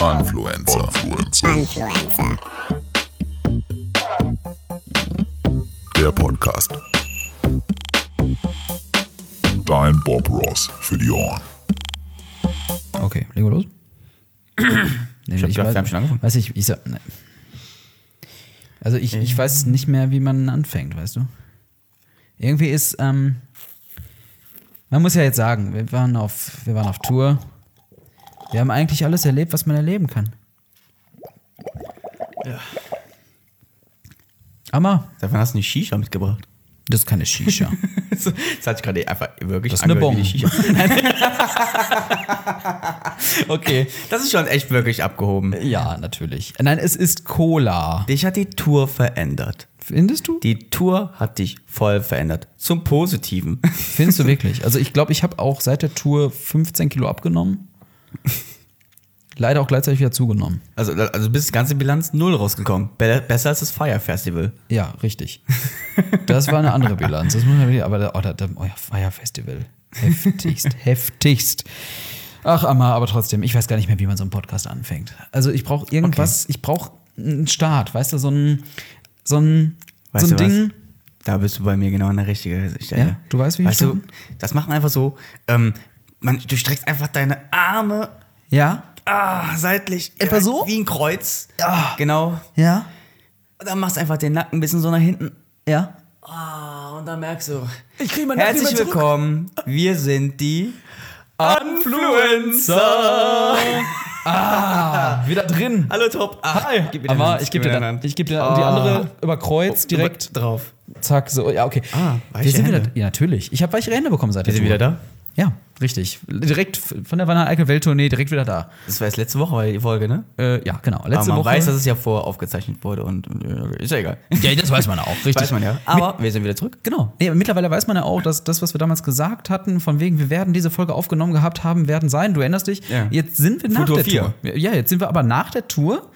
Influencer. Influencer. Der Podcast. Dein Bob Ross für die Ohren. Okay, legen wir los. Nee, Ich hab gedacht, weiß- wir haben schon angefangen. Weiß ich, ich sag, nein. Also ich, Ähm. ich weiß nicht mehr, wie man anfängt, weißt du? Irgendwie ist, ähm, man muss ja jetzt sagen, wir waren auf, wir waren auf Tour. Wir haben eigentlich alles erlebt, was man erleben kann. Aber Davon hast du eine Shisha mitgebracht. das ist keine Shisha. Das hat sich gerade einfach wirklich Das ist eine angehört wie Bon. Shisha. Nein. okay, das ist schon echt wirklich abgehoben. ja, natürlich. Nein, es ist Cola. Dich hat die Tour verändert. Findest du? Die Tour hat dich voll verändert. Zum Positiven. Findest du wirklich? Also ich glaube, ich habe auch seit der Tour 15 Kilo abgenommen. Leider auch gleichzeitig wieder zugenommen. Also, also du bist ganze Bilanz null rausgekommen. Be besser als das Fire Festival. Ja, richtig. Das war eine andere Bilanz. Das muss man wirklich, aber da- oh, da, da, euer Feierfestival. Heftigst, heftigst. Ach, Amma, aber trotzdem, ich weiß gar nicht mehr, wie man so einen Podcast anfängt. Also ich brauche irgendwas, ich brauche einen Start, weißt du, so ein, so ein, Weißt so ein du was? Ding. Da bist du bei mir genau an der richtigen Stelle. Ja, du weißt, wie ich Weißt du, bin? das macht man einfach so. Ähm, man, du streckst einfach deine Arme Ja, ah, seitlich. Etwa ja, so? Wie ein Kreuz. Ah. Genau. ja, Und dann machst du einfach den Nacken ein bisschen so nach hinten. ja. Ah, und dann merkst du. Ich kriege meine Herzlich willkommen. Wir sind die Influencer. Wieder drin. Hallo Top. Ah, Hi. Gib mir deine Aber Hand, ich gebe dir deine dann, Hand. ich gebe dir dann die Ah. andere über Kreuz direkt Über- drauf. Zack, so, ja, okay. Ah, weiche Wir sind Hände. Wieder, ja, natürlich. Ich habe weiche Hände bekommen seit Wir der sind Tour. wieder da. Ja, richtig. Direkt von der Wanne Eickel Welttournee, direkt wieder da. Das war jetzt letzte Woche war die Folge, ne? Äh, ja, genau. Letzte Aber man Woche. weiß, dass es ja vor aufgezeichnet wurde und äh, ist ja egal. ja, das weiß man auch, richtig. Weiß man ja. Aber Aber wir sind wieder zurück. genau. Nee, aber mittlerweile weiß man ja auch, dass das, was wir damals gesagt hatten, von wegen, wir werden diese Folge aufgenommen gehabt haben, werden sein. Du erinnerst dich. Ja. Jetzt sind wir nach Futur der vier. Tour. Ja, jetzt sind wir aber nach der Tour.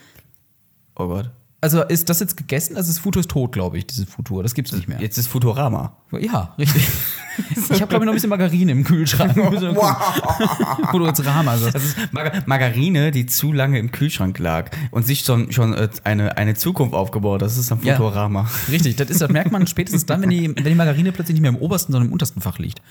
Oh Gott. Also ist das jetzt gegessen? Also das Futur ist tot, glaube ich, dieses Futur. Das gibt's nicht mehr. Jetzt ist Futurama. Ja, richtig. ich habe, glaube ich, noch ein bisschen Margarine im Kühlschrank. wow. Wo du jetzt Rama sagst. Das ist Mar Margarine, die zu lange im Kühlschrank lag und sich schon, schon äh, eine, eine Zukunft aufgebaut. Das ist dann Ja. Futurama. Richtig, das, ist, das merkt man spätestens dann, wenn die, wenn die Margarine plötzlich nicht mehr im obersten, sondern im untersten Fach liegt.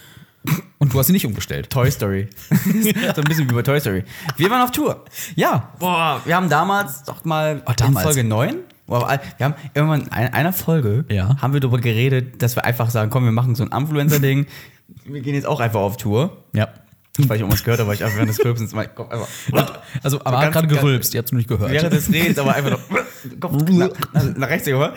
Und du hast sie nicht umgestellt. Toy Story. so ein bisschen wie bei Toy Story. Wir waren auf Tour. Ja, Boah, wir haben damals doch mal Oh, damals. in Folge 9. oder- Wir haben irgendwann in ein- einer Folge Ja. haben wir darüber geredet, dass wir einfach sagen, komm, wir machen so ein Influencer-Ding. Wir gehen jetzt auch einfach auf Tour. ja. Weil ich irgendwas gehört habe, weil ich einfach während des Gröbsens mein Kopf einfach Also, aber ganz- hat gerade ganz- gerülpst, ihr habt es nicht gehört. während des Drehens, aber einfach noch Kopf nach, nach, nach rechts geholt.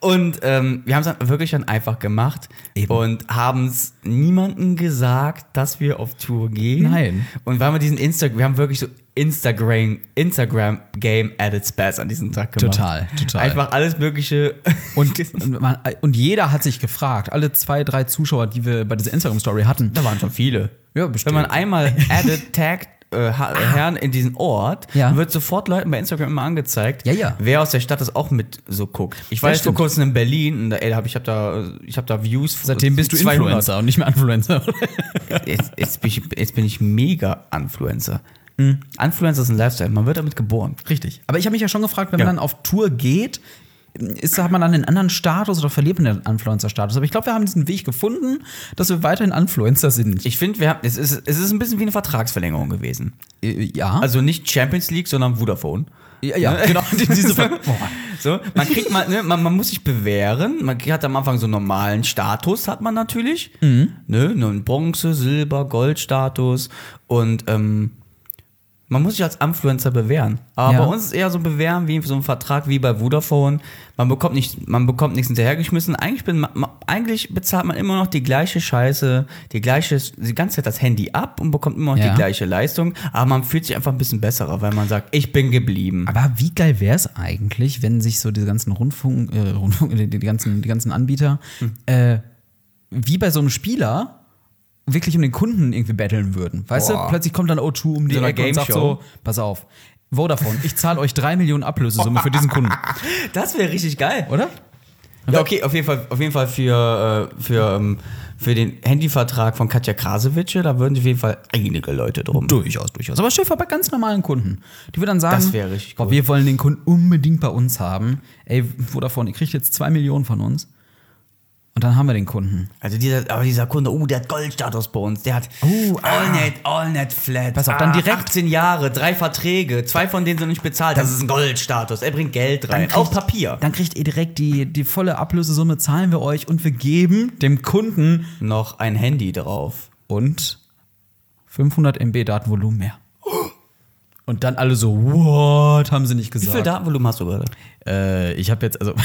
Und ähm, wir haben es dann wirklich dann einfach gemacht Eben. und haben es niemandem gesagt, dass wir auf Tour gehen. Nein. Und weil wir diesen Instagram, wir haben wirklich so Instagram, Instagram Game at its best an diesem Tag gemacht. Total, total. Einfach alles Mögliche. Und, und, man, und jeder hat sich gefragt, alle zwei, drei Zuschauer, die wir bei dieser Instagram-Story hatten. da waren schon viele. Ja, bestimmt. Wenn man einmal added, tagged, äh, Ha- Herrn in diesen Ort, Ah. Ja. wird sofort Leuten bei Instagram immer angezeigt, Ja, ja. wer aus der Stadt das auch mit so guckt. Ich war Ja, jetzt vor stimmt. kurzem in Berlin und da, ey, da hab ich, hab da, ich hab da Views. von Seitdem bist du 200. Influencer und nicht mehr Influencer. Jetzt, jetzt, bin ich, jetzt bin ich mega Influencer. Influencer ist ein Lifestyle, man wird damit geboren. Mhm. Richtig. Aber ich habe mich ja schon gefragt, wenn Ja. man dann auf Tour geht, ist, hat man dann einen anderen Status oder verliert man den Influencer-Status? Aber ich glaube, wir haben diesen Weg gefunden, dass wir weiterhin Influencer sind. Ich finde, wir haben, es ist, es ist ein bisschen wie eine Vertragsverlängerung gewesen. Äh, ja. Also nicht Champions League, sondern Vodafone. ja, ja, Ne? genau. Die- Diese so, Ver- Boah. so, man kriegt mal, ne, man, man muss sich bewähren. Man hat am Anfang so einen normalen Status, hat man natürlich. Ne, nur einen Bronze, Silber, Gold-Status. Und ähm, man muss sich als Influencer bewähren. Aber Ja. bei uns ist eher so ein Bewähren wie so ein Vertrag wie bei Vodafone. Man bekommt, nicht, man bekommt nichts hinterhergeschmissen. Eigentlich, bin, ma- ma- eigentlich bezahlt man immer noch die gleiche Scheiße, die gleiche, die ganze Zeit das Handy ab und bekommt immer noch Ja. die gleiche Leistung. Aber man fühlt sich einfach ein bisschen besserer, weil man sagt, ich bin geblieben. Aber wie geil wäre es eigentlich, wenn sich so diese ganzen Rundfunk, äh, Rundfunk die, die, ganzen, die ganzen Anbieter, äh, wie bei so einem Spieler, wirklich um den Kunden irgendwie battlen würden. Weißt Boah. du, plötzlich kommt dann O2 um die So eine Ecke und sagt Gameshow. so, pass auf, Vodafone, ich zahle euch drei Millionen Ablösesumme für diesen Kunden, Das wäre richtig geil. oder? Ja, okay, auf jeden Fall, auf jeden Fall für, äh, für, ähm, für den Handyvertrag von Katja Krasewitsche, da würden sich auf jeden Fall einige Leute drum. Durchaus, durchaus. Aber Schäfer bei ganz normalen Kunden. Die würden dann sagen, Das wäre richtig boah, cool. wir wollen den Kunden unbedingt bei uns haben. Ey, Vodafone, ihr kriegt jetzt zwei Millionen von uns. Und dann haben wir den Kunden. Also dieser, aber dieser Kunde, oh, der hat Goldstatus bei uns, der hat Oh, Allnet, Allnet Flat. Pass auf, dann direkt- 18 Ah, Jahre, drei Verträge, zwei von denen sind nicht bezahlt. Das ist ein Goldstatus. Er bringt Geld rein, kriegt- auch Papier. Dann kriegt ihr direkt die, die volle Ablösesumme, zahlen wir euch und wir geben dem Kunden Noch ein Handy drauf. und 500 MB Datenvolumen mehr. Und dann alle so, what, haben sie nicht Wie viel gesagt. Datenvolumen hast du gerade? Äh, ich habe jetzt, also,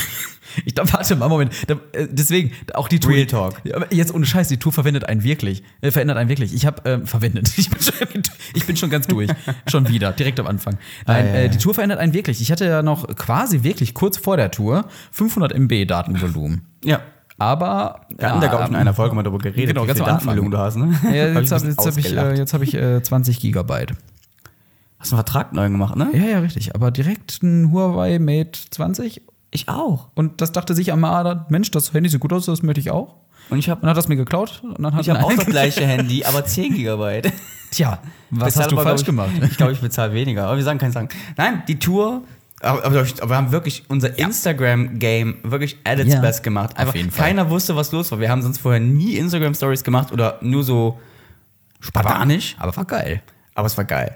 ich glaube, warte mal, Moment. Da, äh, deswegen, auch die Tour. Real Talk. Ja, aber Jetzt ohne Scheiß, die Tour verwendet einen wirklich. Äh, verändert einen wirklich. Ich habe, ähm, verwendet. Ich bin, schon, ich bin schon ganz durch. schon wieder, direkt am Anfang. Nein, äh, die Tour verändert einen wirklich. Ich hatte ja noch quasi wirklich kurz vor der Tour 500 MB Datenvolumen. Ja. Aber. Wir hatten da, glaube ich, in ähm, einer Folge mal darüber geredet, Genau, wie ganz viel am Anfang. Datenvolumen du hast, ne? Ja, Hab ich jetzt ein habe jetzt hab bisschen ich, äh, ausgelacht. jetzt hab ich äh, 20 Gigabyte. Hast du einen Vertrag neu gemacht, ne? Ja, ja, richtig. Aber direkt ein Huawei Mate 20 Ich auch. Und das dachte sich Amada, Mensch, das Handy sieht gut aus, das möchte ich auch. Und ich Und habe hat das mir geklaut. Und dann hat ich hab mir auch einer das gleiche Handy, aber 10 Gigabyte. Tja, was Bezahl hast du aber, falsch glaub gemacht? ich, Ich glaube, ich bezahle weniger. Aber wir sagen, kein sagen. Nein, die Tour. Aber, aber aber wir haben wirklich unser Instagram-Game wirklich at its Ja, best gemacht. auf Einfach jeden Fall. Keiner wusste, was los war. Wir haben sonst vorher nie Instagram-Stories gemacht oder nur so spartanisch. Aber war geil. Aber es war geil.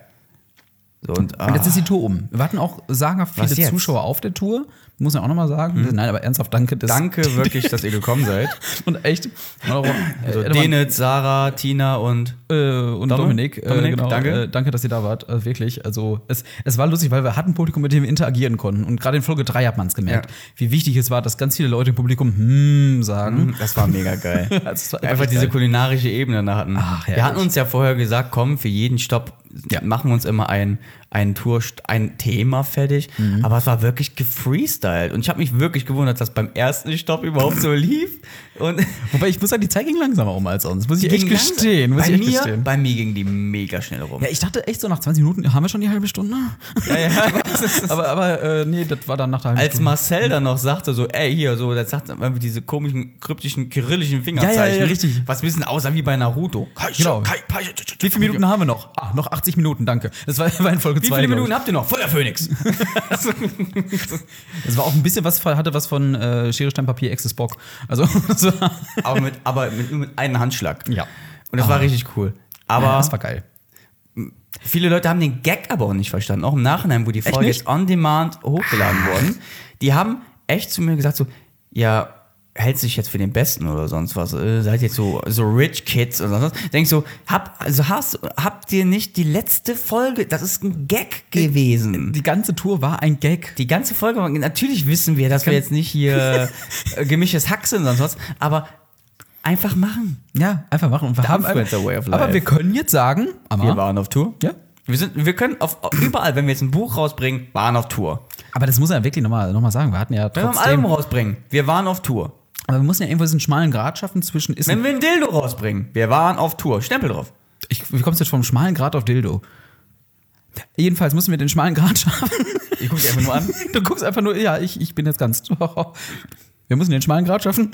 So, und, Und jetzt ah. ist die Tour um. Wir hatten auch sagenhaft Was viele jetzt? Hm. Zuschauer auf der Tour. Muss man auch nochmal sagen. Nein, aber ernsthaft, danke. dass- danke wirklich, dass ihr gekommen seid. Und echt. Also, Also Dene, Sarah, Tina und äh, und Dominik, äh, Dominik, genau, danke. Äh, danke, dass ihr da wart. Äh, wirklich. Also es, es war lustig, weil wir hatten Publikum, mit dem wir interagieren konnten. Und gerade in Folge 3 hat man es gemerkt, Ja. wie wichtig es war, dass ganz viele Leute im Publikum hm sagen. Das war mega geil. Das war Einfach echt diese geil. kulinarische Ebene da hatten. Ach, herrlich. wir hatten uns ja vorher gesagt, komm, für jeden Stopp Ja. machen wir uns immer ein, ein Tour, ein Thema fertig. Aber es war wirklich gefreestylt. Und ich habe mich wirklich gewundert, dass beim ersten Stopp überhaupt so lief. Und Wobei ich muss sagen, die Zeit ging langsamer um als sonst. Muss ich echt ging langsam- gestehen. Muss bei, ich echt mir, gestehen. bei mir ging die mega schnell rum. Ja, ich dachte echt so nach 20 Minuten haben wir schon die halbe Stunde. aber aber äh, nee, das war dann nach der halben Als Stunde. Marcel dann noch sagte, so, ey, hier, so, das sagt einfach diese komischen, kryptischen, kyrillischen Fingerzeichen. ja, richtig. Was ein bisschen aussah wie bei Naruto. Genau. Wie viele Minuten haben wir noch? Ah, noch 80 Minuten, danke. Das war, war in Folge 2. Wie viele Minuten habt ihr noch? Feuerphönix. Es war auch ein bisschen was, hatte was von äh, Schere, Stein, Papier, Ex ist Bock. Also, es war- aber mit, aber mit, nur mit einem Handschlag. Ja. Und das war richtig cool. Aber das war geil. viele Leute haben den Gag aber auch nicht verstanden. Auch im Nachhinein, wo die Folge nicht? jetzt on demand hochgeladen wurden. Die haben echt zu mir gesagt so, ja, hältst dich jetzt für den Besten oder sonst was. Äh, seid jetzt so, so rich kids oder sonst was. Denkst so, hab, also hast, habt ihr nicht die letzte Folge, das ist ein Gag gewesen. Die ganze Tour war ein Gag. Die ganze Folge, war- natürlich wissen wir, dass wir jetzt nicht hier äh, gemischtes Hack sind und sonst was, aber einfach machen. Ja, einfach machen. Und wir haben Influencer way of life. aber wir können jetzt sagen, Amma, Wir waren auf Tour. Ja. Wir, sind, wir können auf, auf- überall, wenn wir jetzt ein Buch rausbringen, waren auf Tour. aber das muss man ja wirklich nochmal noch mal sagen. Wir hatten ja Wenn wir ein trotzdem, Album rausbringen, wir waren auf Tour. aber wir mussten ja irgendwo diesen schmalen Grat schaffen zwischen ist Wenn wir ein Dildo rausbringen, wir waren auf Tour. Stempel drauf. Ich, wie kommst du jetzt vom schmalen Grat auf Dildo? Jedenfalls müssen wir den schmalen Grat schaffen. Ich guck dich einfach nur an. Du guckst einfach nur, ja, ich, ich bin jetzt ganz. Wir müssen den schmalen Grat schaffen.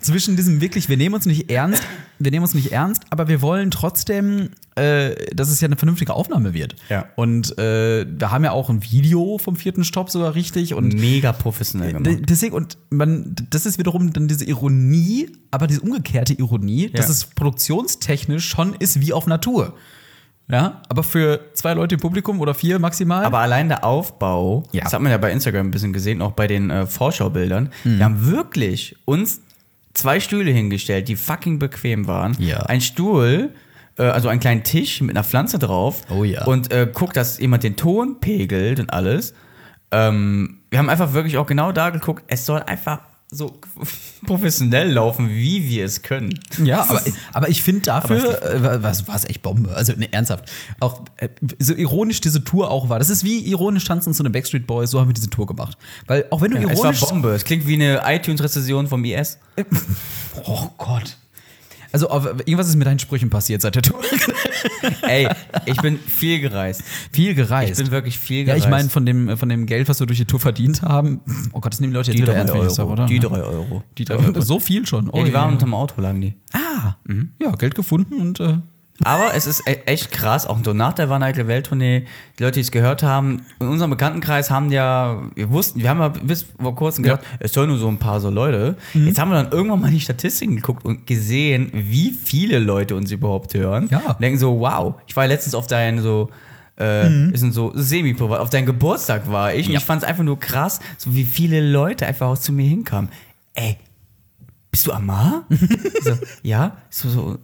Zwischen diesem wirklich, wir nehmen uns nicht ernst, wir nehmen uns nicht ernst, aber wir wollen trotzdem, äh, dass es ja eine vernünftige Aufnahme wird. Ja. Und äh, wir haben ja auch ein Video vom vierten Stopp sogar richtig und Mega professionell D- Deswegen, und man, das ist wiederum dann diese Ironie, aber diese umgekehrte Ironie, dass Ja. es produktionstechnisch schon ist wie auf Natur. Ja, aber für zwei Leute im Publikum oder vier maximal. Aber allein der Aufbau, Ja. das hat man ja bei Instagram ein bisschen gesehen, auch bei den äh, Vorschaubildern, Mhm. wir haben wirklich uns zwei Stühle hingestellt, die fucking bequem waren. Ja. Ein Stuhl, äh, also einen kleinen Tisch mit einer Pflanze drauf. Oh ja. Und äh, guckt, dass jemand den Ton pegelt und alles. Ähm, wir haben einfach wirklich auch genau da geguckt, es soll einfach so professionell laufen, wie wir es können. ja, aber, aber ich finde Aber dafür, äh, war- war war es echt Bombe. Also ne, ernsthaft. Auch äh, so ironisch diese Tour auch war. Das ist wie ironisch tanzen zu den Backstreet Boys, so haben wir diese Tour gemacht. Weil auch wenn du Es war ironisch. Bombe. Es klingt wie eine iTunes-Rezession vom IS. Oh Gott. Also auf, irgendwas ist mit deinen Sprüchen passiert seit der Tour. Ey, ich bin viel gereist. Viel Ich gereist. bin wirklich viel ja, gereist. ich meine, von dem, äh, von dem Geld, was wir durch die Tour verdient haben, oh Gott, das nehmen die Leute jetzt die wieder drei ernst, wenn ich Euro. das sage, oder? Die drei Euro. Die drei Euro. So viel schon. Oh, Ja, die waren Mhm. unterm Auto, lagen die. Ah, ja, Geld gefunden und äh, Aber es ist e- echt krass, auch so nach der Van Eyck Welttournee, die Leute, die es gehört haben, in unserem Bekanntenkreis haben die ja, wir wussten, wir haben ja bis vor kurzem gedacht, es sollen nur so ein paar so Leute. Jetzt haben wir dann irgendwann mal die Statistiken geguckt und gesehen, wie viele Leute uns überhaupt hören. Ja. Und denken so, wow, ich war ja letztens auf deinen so, äh, ist ein so semi-privat, auf deinen Geburtstag war ich und ich fand es einfach nur krass, so wie viele Leute einfach auch zu mir hinkamen. Ey, bist du Amar? Ich so, ja, so, so,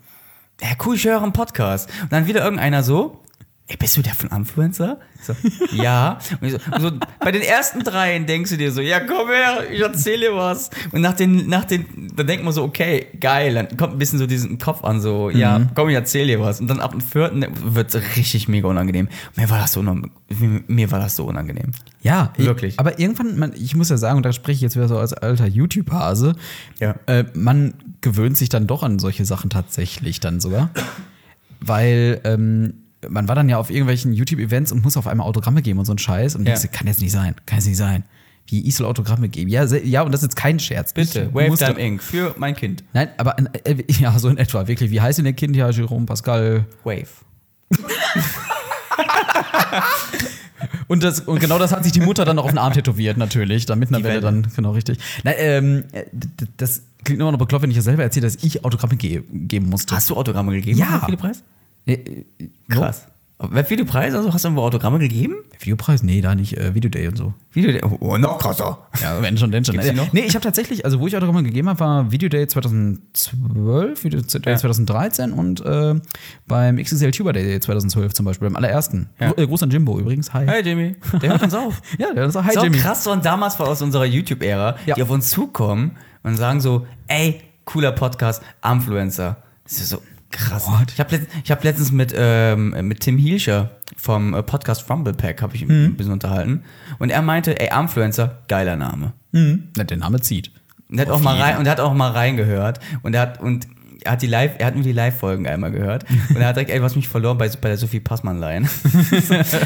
ja cool, ich höre einen Podcast. Und dann wieder irgendeiner so, ey, bist du der von Influencer? Ich So, ja. Und, ich so, und so, bei den ersten dreien denkst du dir so, ja komm her, ich erzähle dir was. Und nach den, nach den, dann denkt man so, okay, geil, dann kommt ein bisschen so diesen Kopf an, so, ja, komm, ich erzähle dir was. Und dann ab dem vierten wird es richtig mega unangenehm. Mir war das so unangenehm. Mir war das so unangenehm. Ja, ich, Wirklich. Aber irgendwann, man, ich muss ja sagen, und da spreche ich jetzt wieder so als alter YouTube-Hase, Ja. äh, man gewöhnt sich dann doch an solche Sachen tatsächlich dann sogar. Weil ähm, man war dann ja auf irgendwelchen YouTube-Events und muss auf einmal Autogramme geben und so ein Scheiß. Und Ja. denkst du, kann jetzt nicht sein, kann jetzt nicht sein. Wie ich soll Autogramme geben? Ja, se- ja, und das ist jetzt kein Scherz. Bitte, Ich Wave musste- Time Inc. für mein Kind. Nein, aber an, äh, ja, so in etwa, wirklich. Wie heißt denn der Kind? Ja, Jerome Pascal. Wave. Und, das, und genau das hat sich die Mutter dann noch auf den Arm tätowiert, natürlich, damit eine Die Welle Welle. dann, genau richtig. Nein, ähm, äh, d- d- das klingt immer noch bekloppt, wenn ich ja selber erzähle, dass ich Autogramme ge geben musste. Hast du Autogramme gegeben? Ja. Wie viele Preis? Äh, äh, wo? Krass. Wer viele Preise? Also hast du irgendwo Autogramme gegeben? Videopreis? Nee, da nicht. Äh, Videoday und so. Video oh, oh, noch krasser. Ja, wenn schon, denn schon. Gibt's die noch? Nee, ich habe tatsächlich, also wo ich Autogramme gegeben habe, war Videoday 2012, Videoday Ja. 2013 äh, und äh, beim XXL Tuber Day 2012 zum Beispiel, beim allerersten. Ja. Gro- äh, Gruß an Jimbo übrigens. Hi. Hey Jimmy, der hört uns auf. Ja, der sagt, hi so Jimmy. krass und damals war aus unserer YouTube-Ära, Ja. die auf uns zukommen und sagen so, ey, cooler Podcast, Influencer. Das ist so krass. What? Ich habe letzt, ich hab letztens mit, ähm, mit Tim Hielscher vom äh, Podcast Rumble Pack habe ich Hm. ihn ein bisschen unterhalten und er meinte, ey, Influencer, geiler Name. Mhm. Na, der Name zieht. Und er hat auch mal rein und er hat auch mal reingehört und er hat und er hat die Live, er hat nur die Live-Folgen einmal gehört und er hat direkt etwas mich verloren bei, bei der Sophie Passmann Line.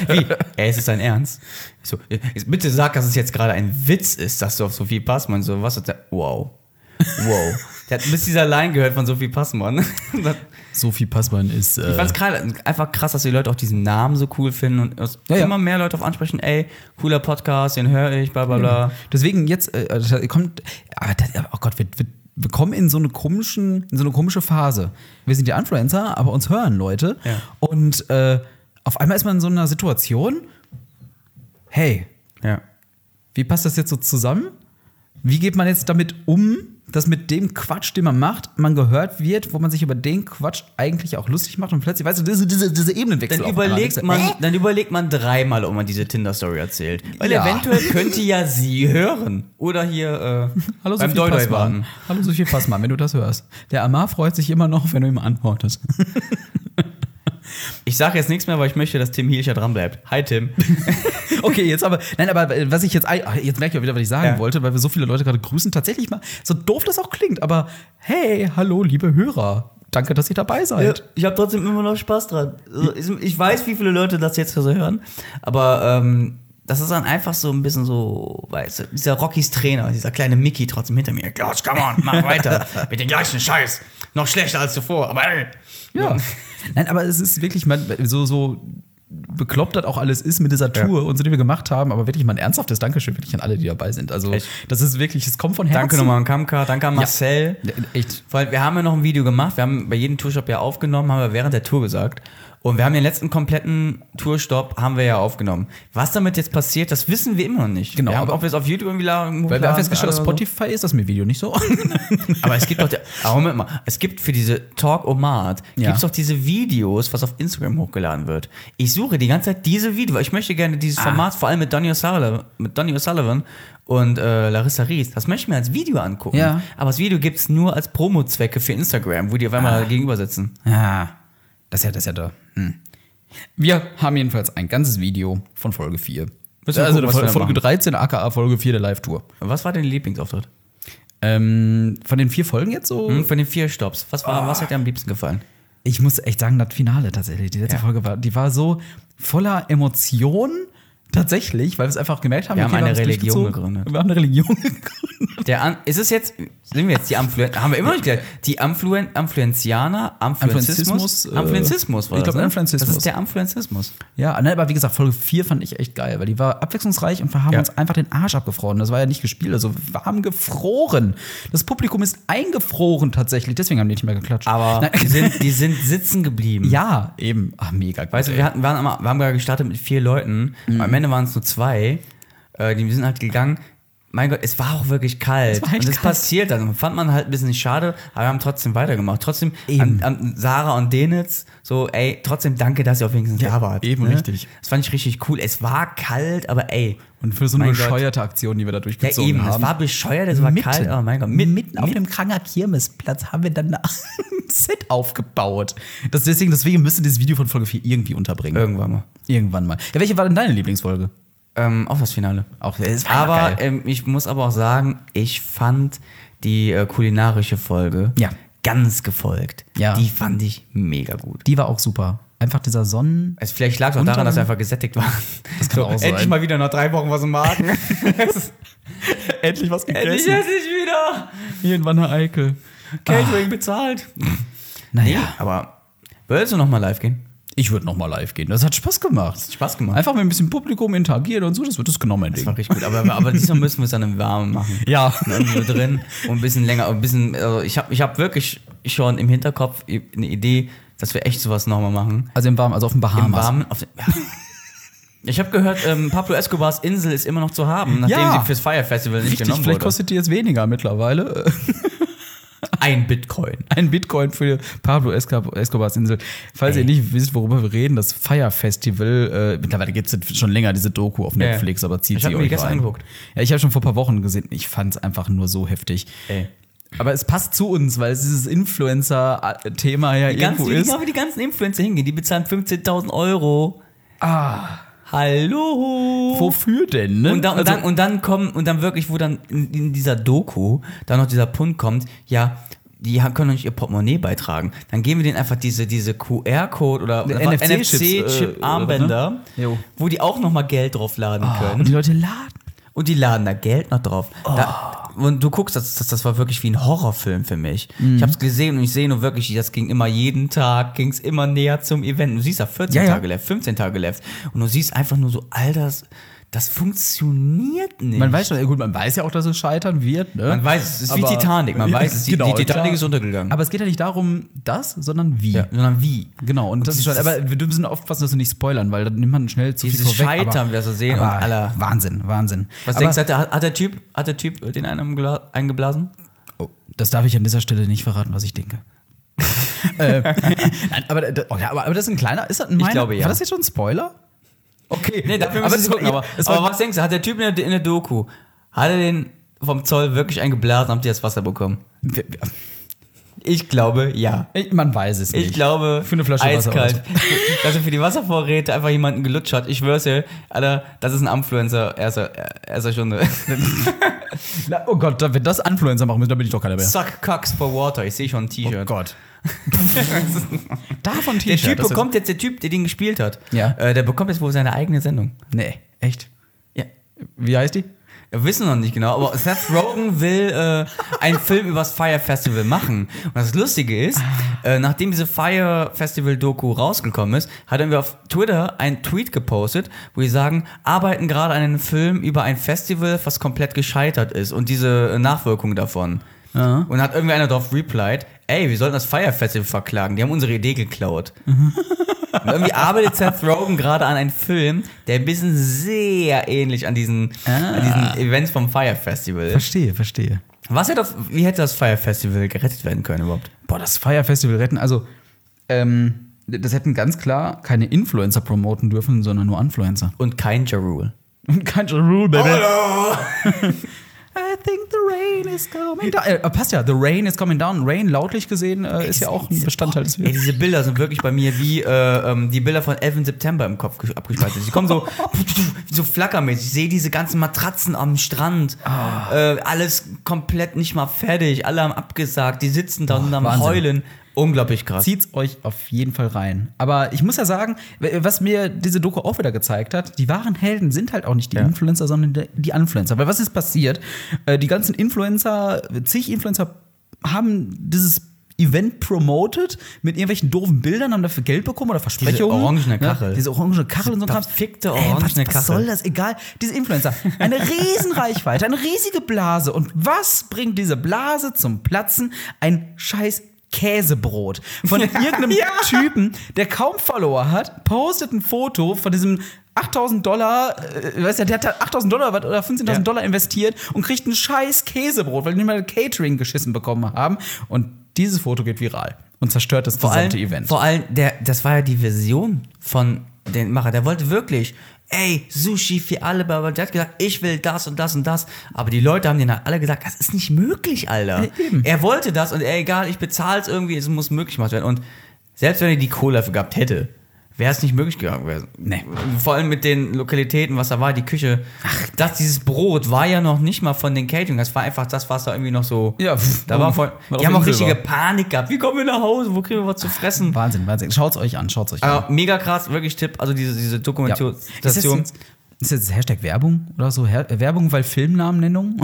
Wie? Ey, ist es dein Ernst? Ich so, jetzt bitte sag, dass es jetzt gerade ein Witz ist, dass du auf Sophie Passmann so was hat der, wow, wow. Der hat bis dieser Line gehört von Sophie Passmann. Und das- Sophie Passmann ist. Äh, ich fand's gerade einfach krass, dass die Leute auch diesen Namen so cool finden und es Ja, ja. immer mehr Leute auf ansprechen, ey, cooler Podcast, den höre ich, bla bla Mhm. bla. Deswegen jetzt äh, also kommt, aber das, oh Gott, wir, wir, wir kommen in so eine komischen, in so eine komische Phase. Wir sind ja Influencer, aber uns hören Leute Ja. und äh, auf einmal ist man in so einer Situation. Hey, Ja. wie passt das jetzt so zusammen? Wie geht man jetzt damit um, dass mit dem Quatsch, den man macht, man gehört wird, wo man sich über den Quatsch eigentlich auch lustig macht und plötzlich, weißt du, diese, diese, diese Ebenenwechsel. Dann auf einmal. überlegt, man, dann überlegt man dreimal, ob man diese Tinder-Story erzählt. Weil Ja. eventuell könnte ja sie hören. Oder hier äh, Hallo beim Sophie Doi-Doi Passmann. warten. Hallo Sophie Passmann, wenn du das hörst. Der Amar freut sich immer noch, wenn du ihm antwortest. Ich sage jetzt nichts mehr, weil ich möchte, dass Tim Hielscher dran bleibt. Hi Tim. Okay, jetzt aber, nein, aber äh, was ich jetzt, ei- ach, jetzt merke ich auch wieder, was ich sagen Ja. wollte, weil wir so viele Leute gerade grüßen, tatsächlich mal, so doof das auch klingt, aber hey, hallo, liebe Hörer, danke, dass ihr dabei seid. ich habe trotzdem immer noch Spaß dran. Also, ich- Ich weiß, wie viele Leute das jetzt so hören, aber ähm, das ist dann einfach so ein bisschen so, weißt du, dieser Rockys Trainer, dieser kleine Mickey trotzdem hinter mir. Klatsch, come on, mach weiter. Mit dem gleichen Scheiß. Noch schlechter als zuvor, aber ey. Ja. Ne? nein, aber es ist wirklich, man, so, so bekloppt das auch alles ist mit dieser Tour und so, die wir gemacht haben, aber wirklich mal ein ernsthaftes Dankeschön wirklich an alle, die dabei sind. Also, Echt? das ist wirklich, es kommt von Herzen. Danke nochmal an Kamka, danke an Marcel. Echt. Vor allem, wir haben ja noch ein Video gemacht. Wir haben bei jedem Tourstopp ja aufgenommen, haben wir während der Tour gesagt. Und wir haben den letzten kompletten Tourstopp haben wir ja aufgenommen. Was damit jetzt passiert, das wissen wir immer noch nicht. Genau, Wir haben, aber- ob wir es auf YouTube irgendwie laden. Weil wir haben festgestellt, auf oder so. Spotify ist das mit Video nicht so. Aber es gibt doch, der- aber Moment mal, es gibt für diese Talk-O-Mat, Ja. gibt es doch diese Videos, was auf Instagram hochgeladen wird. Ich suche die ganze Zeit diese Videos, weil ich möchte gerne Ah. dieses Format, vor allem mit Donny O'Sullivan, mit Donny O'Sullivan und äh, Larissa Ries, das möchte ich mir als Video angucken. Ja. Aber das Video gibt es nur als Promo-Zwecke für Instagram, wo die auf Ah. einmal gegenüber sitzen. Ja, das ist ja, das ist ja da. Hm. Wir haben jedenfalls ein ganzes Video von Folge Also 4. Müssen wir gucken, was wir da Folge machen. 13, aka Folge 4 der Live-Tour. Was war dein Lieblingsauftritt? Ähm, von den vier Folgen jetzt so? Hm, Von den vier Stops, was, war, Ah. was hat dir am liebsten gefallen? Ich muss echt sagen, das Finale tatsächlich. Die letzte Ja. Folge war, die war so voller Emotionen tatsächlich, weil wir es einfach gemerkt haben. Wir haben eine haben's Religion durchgezogen. gegründet. Wir haben eine Religion gegründet. Der An ist es jetzt, sind wir jetzt die Amfluen, haben wir immer noch nicht gesagt, die Amfluen, Amfluenzianer, Amfluenzismus, Amfluenzismus, äh, Amfluenzismus war ich das, glaub, ne? Amfluenzismus. Das ist der Amfluenzismus. Ja, ne, aber wie gesagt, Folge 4 fand ich echt geil, weil die war abwechslungsreich und wir haben Ja. uns einfach den Arsch abgefroren. Das war ja nicht gespielt, also wir haben gefroren. Das Publikum ist eingefroren tatsächlich, deswegen haben die nicht mehr geklatscht. Aber die Nein, sind, die sind sitzen geblieben. ja, eben. Ach, mega geil. Weißt du, wir, hatten, waren am, wir haben gerade gestartet mit vier Leuten. Mhm. Am Ende waren es nur zwei. Äh, die sind halt gegangen. Mein Gott, es war auch wirklich kalt. Es war halt und das kalt. passiert dann. Fand man halt ein bisschen schade, aber wir haben trotzdem weitergemacht. Trotzdem an, an Sarah und Denitz, so, ey, trotzdem danke, dass ihr auf wenigstens da wart. ne? eben, richtig. Das fand ich richtig cool. Es war kalt, aber ey. und für so eine Mein Gott. bescheuerte Aktion, die wir da Ja, durchgezogen eben. haben. Es war bescheuert, es war kalt, oh aber mein Gott. mitten, mitten auf dem Kranger Kirmesplatz haben wir dann ein Set aufgebaut. Das deswegen, deswegen müsst ihr dieses Video von Folge 4 irgendwie unterbringen. Irgendwann mal. Irgendwann mal. Ja, welche war denn deine Lieblingsfolge? Ähm, auch das Finale. Auch- äh, es war geil. aber ähm, ich muss aber auch sagen, ich fand die äh, kulinarische Folge Ja. ganz gefolgt. Ja. Die fand ich mega gut. Die war auch super. Einfach dieser Sonnen. Es, vielleicht lag es auch Und daran, dass wir dann- einfach gesättigt waren. Das kann auch sein. Endlich mal wieder nach drei Wochen was im Magen. Äh, Endlich was endlich esse ich wieder. Hier in Wanne Eickel. Catering bezahlt. Ah. Naja, Aber würdest du nochmal live gehen? ich würde nochmal live gehen. Das hat Spaß gemacht. Hat Spaß gemacht. Einfach mit ein bisschen Publikum interagieren und so, das wird das genau mein Das Ding. war richtig gut. Aber, aber diesmal müssen wir es dann im Warmen machen. Ja. irgendwo drin und ein bisschen länger, ein bisschen, also ich habe ich hab wirklich schon im Hinterkopf eine Idee, dass wir echt sowas nochmal machen. Also im Warmen, also auf den Im Bahamas. Warmen. Auf den, ja. Ich habe gehört, ähm, Pablo Escobars Insel ist immer noch zu haben, nachdem Ja. sie fürs Fire Festival nicht Richtig, ne, genommen vielleicht wurde. kostet die jetzt weniger mittlerweile. Ein Bitcoin. Ein Bitcoin für Pablo Escob- Escobars Insel. Falls ihr nicht wisst, worüber wir reden, das Fire Festival, äh, mittlerweile gibt es schon länger diese Doku auf Netflix, aber zieht Ich hab sie mir die euch gestern rein. angeguckt. Ja, ich habe schon vor ein paar Wochen gesehen, ich fand es einfach nur so heftig. Ey. Aber es passt zu uns, weil es dieses Influencer-Thema ja Ganz, irgendwo wie ist. genau wie die ganzen Influencer hingehen, die bezahlen 15.000 Euro. Ah. Hallo. Wofür denn? Ne? Und dann, und, Also- dann, und dann kommen, und dann wirklich, wo dann in, in dieser Doku dann noch dieser Punkt kommt, ja, die ha- können doch nicht ihr Portemonnaie beitragen. Dann geben wir denen einfach diese, diese QR-Code oder Die einfach NFC -Chips, äh, oder, NFC-Chip-Armbänder, ne? Jo. Ah. wo die auch nochmal Geld drauf laden und die können. Leute laden. Und die laden da Geld noch drauf. Da, Oh. und du guckst, das, das, das war wirklich wie ein Horrorfilm für mich. Mhm. Ich hab's gesehen und ich sehe nur wirklich, das ging immer jeden Tag, ging's immer näher zum Event. Du siehst da 14 Ja, ja. Tage left, 15 Tage left. Und du siehst einfach nur so, all das, das funktioniert nicht. Man weiß, schon- gut, man weiß ja auch, dass es scheitern wird. Ne? Man weiß es, es ist wie Aber- Titanic, man weiß es, die- die Titanic klar. ist untergegangen. Aber es geht ja nicht darum, das, sondern wie. ja. sondern wie. Genau, und das ist schon, dieses- aber wir müssen aufpassen, dass wir nicht spoilern, weil dann nimmt man schnell zu viel Dieses vorweg. Scheitern, aber, wie wir so sehen aber und aller- Wahnsinn, Wahnsinn. Was aber, denkst du, hat der, hat der Typ, hat der Typ den einen gla- eingeblasen? Oh, das darf ich an dieser Stelle nicht verraten, was ich denke. äh, nein, aber, da- oh ja, aber, aber das ist ein kleiner, ist das ein meiner? glaube, ja. War das jetzt schon ein Spoiler? Okay. Nee, dafür aber müssen wir das war- gucken, aber, es war- aber was denkst du, hat der Typ in der, in der Doku, hat er den vom Zoll wirklich eingeblasen, habt ihr das Wasser bekommen? Ich glaube, ja. Ich- Man weiß es nicht. Ich glaube, Für eine Flasche Wasser eiskalt, dass er für die Wasservorräte einfach jemanden gelutscht hat. Ich schwör's dir, Alter, das ist ein Influencer erster, erster Stunde. Na, oh Gott, da- wenn das Influencer machen müssen, dann bin ich doch keiner mehr. Suck Cocks for Water, ich sehe schon ein T-Shirt. Gott. Davon Oh Der T-Shirt. Typ das ist- bekommt jetzt, der Typ, der den gespielt hat, Ja. äh, der bekommt jetzt wohl seine eigene Sendung. Nee, echt. Ja. Wie heißt die? Wir wissen noch nicht genau, aber Seth Rogen will äh, einen Film übers Fire Festival machen. Und das Lustige ist, äh, nachdem diese Fire Festival Doku rausgekommen ist, hat er auf Twitter einen Tweet gepostet, wo die sagen, arbeiten gerade an einem Film über ein Festival, was komplett gescheitert ist und diese äh, Nachwirkungen davon. Und hat irgendwie einer darauf replied, ey, wir sollten das Fire Festival verklagen, die haben unsere Idee geklaut. Und irgendwie arbeitet Seth Rogen gerade an einem Film, der ein bisschen sehr ähnlich an diesen, an Ah. diesen Events vom Fire Festival ist. Verstehe, verstehe. Was hätte auf, wie hätte das Fire Festival gerettet werden können überhaupt? Boah, das Fire Festival retten. Also, ähm, das hätten ganz klar keine Influencer promoten dürfen, sondern nur Influencer. Und kein Ja Rule. Und kein Ja Rule, baby. I think the rain rain is coming down. Äh, passt ja, the rain is coming down. Rain, lautlich gesehen, äh, ist ja auch ein Bestandteil des Ey, Films. diese Bilder sind wirklich bei mir wie äh, ähm, die Bilder von 11. September im Kopf ge- abgespeichert. Die kommen so, so flackermäßig. Ich sehe diese ganzen Matratzen am Strand. Ah. Äh, alles komplett nicht mal fertig. Alle haben abgesagt. Die sitzen da und am Wahnsinn. Heulen. Unglaublich krass. Zieht's euch auf jeden Fall rein. Aber ich muss ja sagen, w- was mir diese Doku auch wieder gezeigt hat, die wahren Helden sind halt auch nicht die Influencer, sondern die- die Influencer. Weil was ist passiert? Äh, Die ganzen Influencer, zig Influencer haben dieses Event promoted mit irgendwelchen doofen Bildern, haben dafür Geld bekommen oder Versprechungen. orangene Ne? Kachel. Diese orangene Kachel und so ein Kram. verfickte Ey, was, orangene was soll Kachel. das? Egal. Diese Influencer. Eine riesen Reichweite, eine riesige Blase. Und was bringt diese Blase zum Platzen? Ein scheiß Käsebrot. Von irgendeinem Typen, der kaum Follower hat, postet ein Foto von diesem 8000 Dollar, äh, weißt du, der hat da 8000 Dollar was oder 15.000 Ja. Dollar investiert und kriegt ein scheiß Käsebrot, weil die nicht mal Catering geschissen bekommen haben. Und dieses Foto geht viral und zerstört das vor allem, gesamte Event. Vor allem, der, das war ja die Vision von den Macher. Der wollte wirklich, ey, Sushi für alle, bla, bla. der hat gesagt, ich will das und das und das. Aber die Leute haben den halt alle gesagt, das ist nicht möglich, Alter. Er wollte das und ey, egal, ich bezahle es irgendwie, es muss möglich gemacht werden. Und selbst wenn er die Kohle dafür gehabt hätte, wäre es nicht möglich gegangen. Wär, Nee. Vor allem mit den Lokalitäten, was da war, die Küche. Ach, das, dieses Brot war ja noch nicht mal von den Catering. Das war einfach das, was da irgendwie noch so. Ja, pff, da war voll. war die auf haben auch Insel richtige war. Panik gehabt. Wie kommen wir nach Hause? Wo kriegen wir was zu fressen? Wahnsinn, Wahnsinn. Schaut's euch an, schaut's euch an. Aber mega krass, wirklich Tipp. Also diese, diese Dokumentation. Ist das jetzt, ist das Hashtag Werbung oder so? Her äh, Werbung, weil Filmnamennennung?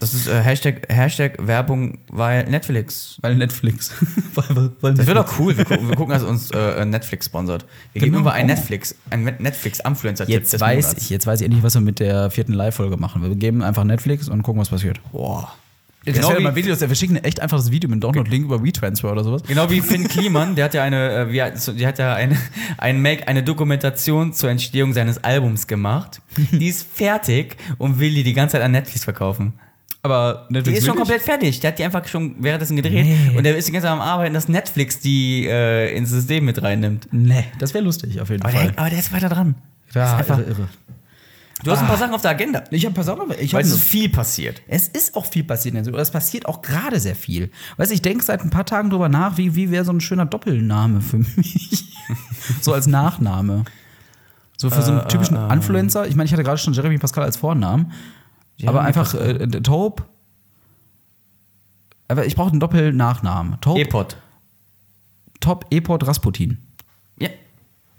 Das ist äh, Hashtag, Hashtag Werbung, weil Netflix. weil Netflix. weil, weil, weil Das wird auch cool. Wir gucken, wir gucken dass uns äh, Netflix sponsert. Wir geben Genau. über ein Oh. Netflix, ein Netflix-Influencer-Tipp Jetzt weiß ich, jetzt weiß ich endlich, was wir mit der vierten Live-Folge machen. Wir geben einfach Netflix und gucken, was passiert. Boah. Genau Genau das wie, mal wie, Videos, wir schicken echt einfach das Video mit Download-Link über WeTransfer oder sowas. genau wie Finn Kliman, der hat ja eine, äh, wie hat- so- die hat ja eine, ein Make, eine Dokumentation zur Entstehung seines Albums gemacht. Die ist fertig und will die die ganze Zeit an Netflix verkaufen. Aber Die Netflix ist schon wirklich? komplett fertig. Der hat die einfach schon währenddessen gedreht. Und der ist die ganze Zeit am Arbeiten, dass Netflix die äh, ins System mit reinnimmt. Nee, das wäre lustig auf jeden Aber Fall. der, aber der ist weiter dran. Ja, ist einfach- irre, irre. Du hast ein paar Sachen auf der Agenda. Ich habe pass auf, ich Weil hab es eine- ist Ah. viel passiert. Es ist auch viel passiert in der Süd- Es passiert auch gerade sehr viel. Weißt du, ich denke seit ein paar Tagen drüber nach, wie, wie wäre so ein schöner Doppelname für mich. so als Nachname. So für so einen typischen Influencer. Ich meine, ich hatte gerade schon Jeremy Pascal als Vornamen. aber einfach äh, äh, Taub. Aber ich brauche einen Doppelnachnamen. Taub, E-Pod. Top, Eport, Rasputin. Ja.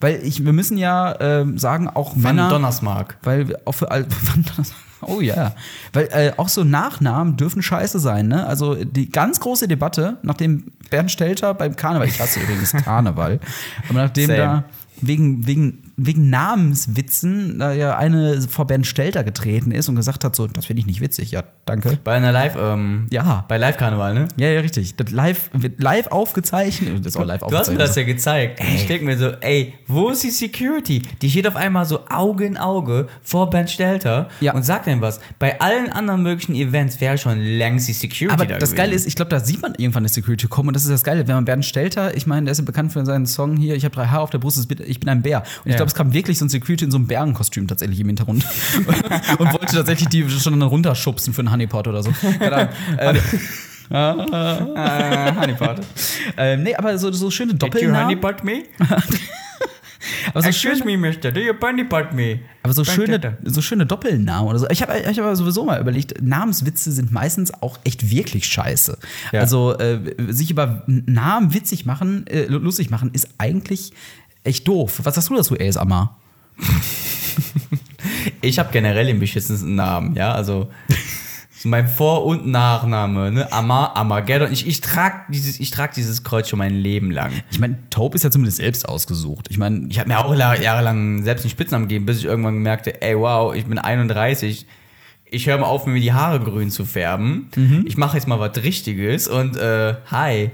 Weil ich, wir müssen ja ähm, sagen, auch Van Männer. Donnersmark. Weil wir auch für all, Oh ja. Weil äh, auch so Nachnamen dürfen scheiße sein, ne? Also die ganz große Debatte, nachdem Bernd Stelter beim Karneval, ich hasse übrigens Karneval, aber nachdem Same. da wegen, wegen, wegen Namenswitzen da ja eine vor Bernd Stelter getreten ist und gesagt hat, so, das finde ich nicht witzig, ja, danke. Bei einer Live, ähm, Ja. bei Live-Karneval, ne? Ja, ja, richtig. Das live, wird live aufgezeichnet. Das ist auch live Du hast mir aufgezeichnet. das ja gezeigt. Ich denke mir so, ey, wo ist die Security? Die steht auf einmal so Auge in Auge vor Ben Stelter Ja. und sagt ihm was. Bei allen anderen möglichen Events wäre schon längst die Security Aber da das gewesen. Geile ist, ich glaube, da sieht man irgendwann eine Security kommen und das ist das Geile. Wenn man Bernd Stelter, ich meine, der ist ja bekannt für seinen Song hier, ich habe drei Haare auf der Brust, es bin- ich bin ein Bär. Und ich Ja. glaube, es kam wirklich so ein Security in so einem Bärenkostüm tatsächlich im Hintergrund und wollte tatsächlich die schon dann runterschubsen für einen Honeypot oder so. Keine Ahnung. Äh, Äh, Honeypot. ähm, nee, aber so, so schöne Did you Doppelnamen. honeypot me? Aber so schöne, Excuse me, mister, do you honeypot me? aber so schöne, Stelter. so schöne Doppelnamen oder so. Ich habe ich hab aber sowieso mal überlegt, Namenswitze sind meistens auch echt wirklich scheiße. Ja. Also äh, sich über Namen witzig machen, äh, lustig machen, ist eigentlich echt doof. Was sagst du dazu, Ace Amar? Ich habe generell den beschissensten Namen, ja, also so mein Vor- und Nachname, ne? Amar, Armageddon. Ich, ich trage dieses, ich trag dieses Kreuz schon mein Leben lang. Ich meine, Taub ist ja zumindest selbst ausgesucht. Ich meine, Ich habe mir auch la- jahrelang selbst einen Spitznamen gegeben, bis ich irgendwann merkte, ey, wow, ich bin 31. Ich höre mal auf, mir die Haare grün zu färben. Ich mache jetzt mal was Richtiges und äh, hi.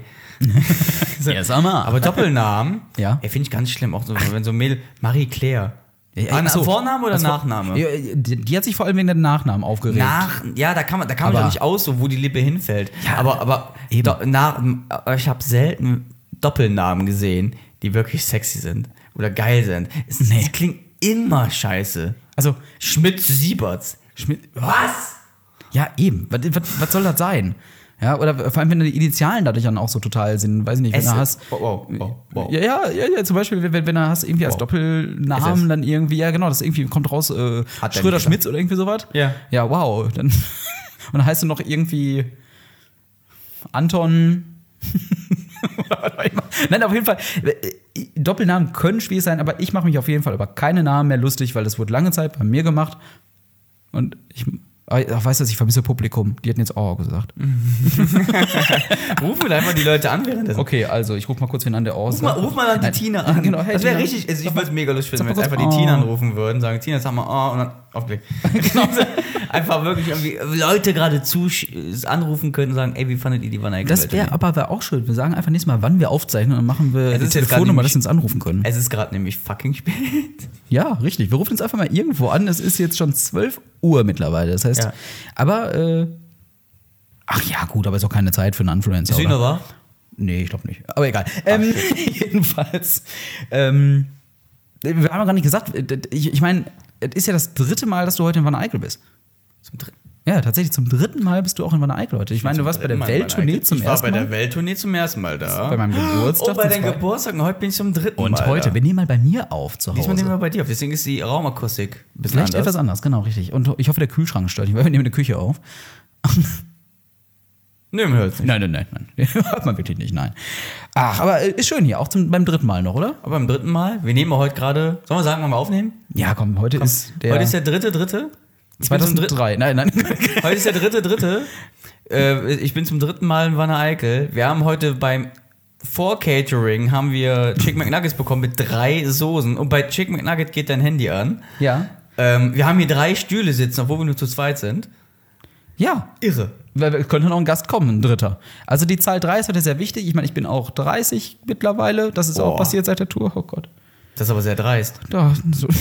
Yes, Amar. Aber Doppelnamen, Ja. ey, finde ich ganz schlimm. Auch so, wenn so ein Mädel, Marie Claire. Ja, Ah, na, achso. Vorname oder Das war- Nachname? Ja, äh, Die, die hat sich vor allem wegen den Nachnamen aufgeregt. Nach, ja, da kann man, da kann man Aber- doch nicht aus, so, wo die Lippe hinfällt. aber, aber, eben. do, nach, aber ich habe selten Doppelnamen gesehen, die wirklich sexy sind oder geil sind. Es, es klingt immer scheiße. Also, Schmidt-Sieberts. Schmidt. Was? Ja, eben. Was, was, was soll das sein? Ja, oder vor allem, wenn die Initialen dadurch dann auch so total sind, weiß ich nicht, wenn SS. du hast. Wow, wow, wow, wow. Ja, ja, ja, ja, zum Beispiel, wenn, wenn du hast irgendwie als Wow. Doppelnamen SS. dann irgendwie, ja genau, das irgendwie kommt raus äh, Hat der Schröder nicht Schmitz oder irgendwie sowas. Ja. Ja, wow. Dann, und dann heißt du noch irgendwie Anton. oder was auch immer. Nein, auf jeden Fall, äh, Doppelnamen können schwierig sein, aber ich mache mich auf jeden Fall über keine Namen mehr lustig, weil das wurde lange Zeit bei mir gemacht. Und ich. ah, Ach, weißt du, was, ich vermisse Publikum. Die hätten jetzt auch gesagt. Mhm. Rufen wir halt einfach die Leute an währenddessen. Okay, also ich rufe mal kurz wen an, der Ruf mal, aussagt. ruf mal an die Nein. Tina Ja, an. genau. Hey, das wäre Tina. richtig, also ich würde es mega lustig finden, Sag wenn mal jetzt einfach kurz, die Tina oh. anrufen würden, sagen, Tina, sag mal, oh, und dann auflegen. genau. einfach wirklich irgendwie Leute gerade zu anrufen können und sagen, ey, wie fandet ihr die Wanne Das wäre aber wär auch schön. Wir sagen einfach nächstes Mal, wann wir aufzeichnen und dann machen wir Es die ist jetzt Telefonnummer, gar dass nicht- wir uns anrufen können. Es ist gerade nämlich fucking spät. Ja, richtig. Wir rufen uns einfach mal irgendwo an. Es ist jetzt schon 12 Uhr mittlerweile. Das heißt, Ja. aber äh, ach ja, gut, aber ist auch keine Zeit für einen Influencer. oder? wahr? Nee, ich glaube nicht. Aber egal. Ähm, jedenfalls. Ähm, wir haben ja gar nicht gesagt, ich, ich meine, es ist ja das dritte Mal, dass du heute in Van Eickel bist. Zum dritten- Ja, tatsächlich, zum dritten Mal bist du auch in Van Eickel heute. Ich meine, du warst bei der Mal in Welttournee Wanne-Eickel. zum Ich war ersten bei der Mal. Welttournee zum ersten Mal da. Bei meinem Geburtstag Oh, bei zum deinem zweiten- Geburtstag und heute bin ich zum dritten Mal. Und heute, da. wir nehmen mal bei mir auf zu Hause. Diesmal nehmen wir bei dir auf, deswegen ist die Raumakustik ein bisschen Vielleicht etwas anders, genau, richtig. Und ich hoffe, der Kühlschrank stört nicht, weil wir nehmen eine Küche auf. Nö, man hört's nicht. Nein, nein, nein, nein. Hört man wirklich nicht, nein. Ach, aber äh, ist schön hier, auch zum, beim dritten Mal noch, oder? Aber beim dritten Mal, wir nehmen heute gerade, sollen wir sagen, wann wir aufnehmen? Ja, komm, heute ist der. heute ist der dritte, dritte. Ich bin zum dritten- 2003. Nein, nein. Heute ist der dritte, dritte. Äh, ich bin zum dritten Mal in Wanne Eickel. Wir haben heute beim Vor-Catering haben wir Chicken McNuggets bekommen mit drei Soßen. Und bei Chicken McNugget geht dein Handy an. ja. Ähm, wir haben hier drei Stühle sitzen, obwohl wir nur zu zweit sind. Ja. Irre. Weil wir- könnte noch ein Gast kommen, ein dritter. Also die Zahl 3 ist heute sehr wichtig. Ich meine, ich bin auch 30 mittlerweile. Das ist auch Boah. passiert seit der Tour. Oh Gott. Das ist aber sehr dreist. Da, so.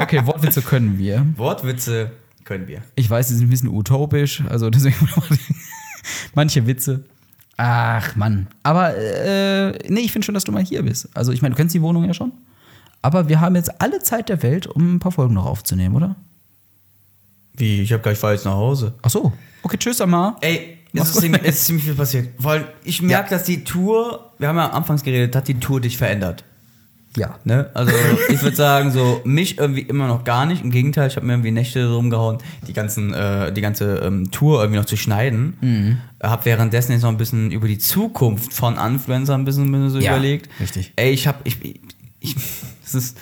Okay, Wortwitze können wir. Wortwitze können wir. Ich weiß, die sind ein bisschen utopisch, also deswegen manche Witze. Ach Mann. Aber äh, nee, ich finde schon, dass du mal hier bist. Also ich meine, du kennst die Wohnung ja schon. Aber wir haben jetzt alle Zeit der Welt, um ein paar Folgen noch aufzunehmen, oder? Wie? Ich habe gleich fahr jetzt nach Hause. Ach so. Okay, tschüss, Amar. Ey, es ist, ziemlich, es ist ziemlich viel passiert. Vor allem, ich merke, dass die Tour, wir haben ja anfangs geredet, hat die Tour dich verändert. Ja. Ne? Also ich würde sagen, so mich irgendwie immer noch gar nicht. Im Gegenteil, ich habe mir irgendwie Nächte rumgehauen, die, ganzen, äh, die ganze ähm, Tour irgendwie noch zu schneiden. Mhm. Habe währenddessen jetzt noch ein bisschen über die Zukunft von Influencern ein bisschen, ein bisschen so Ja, überlegt. richtig. Ey, ich habe, ich, ich, ich, das ist,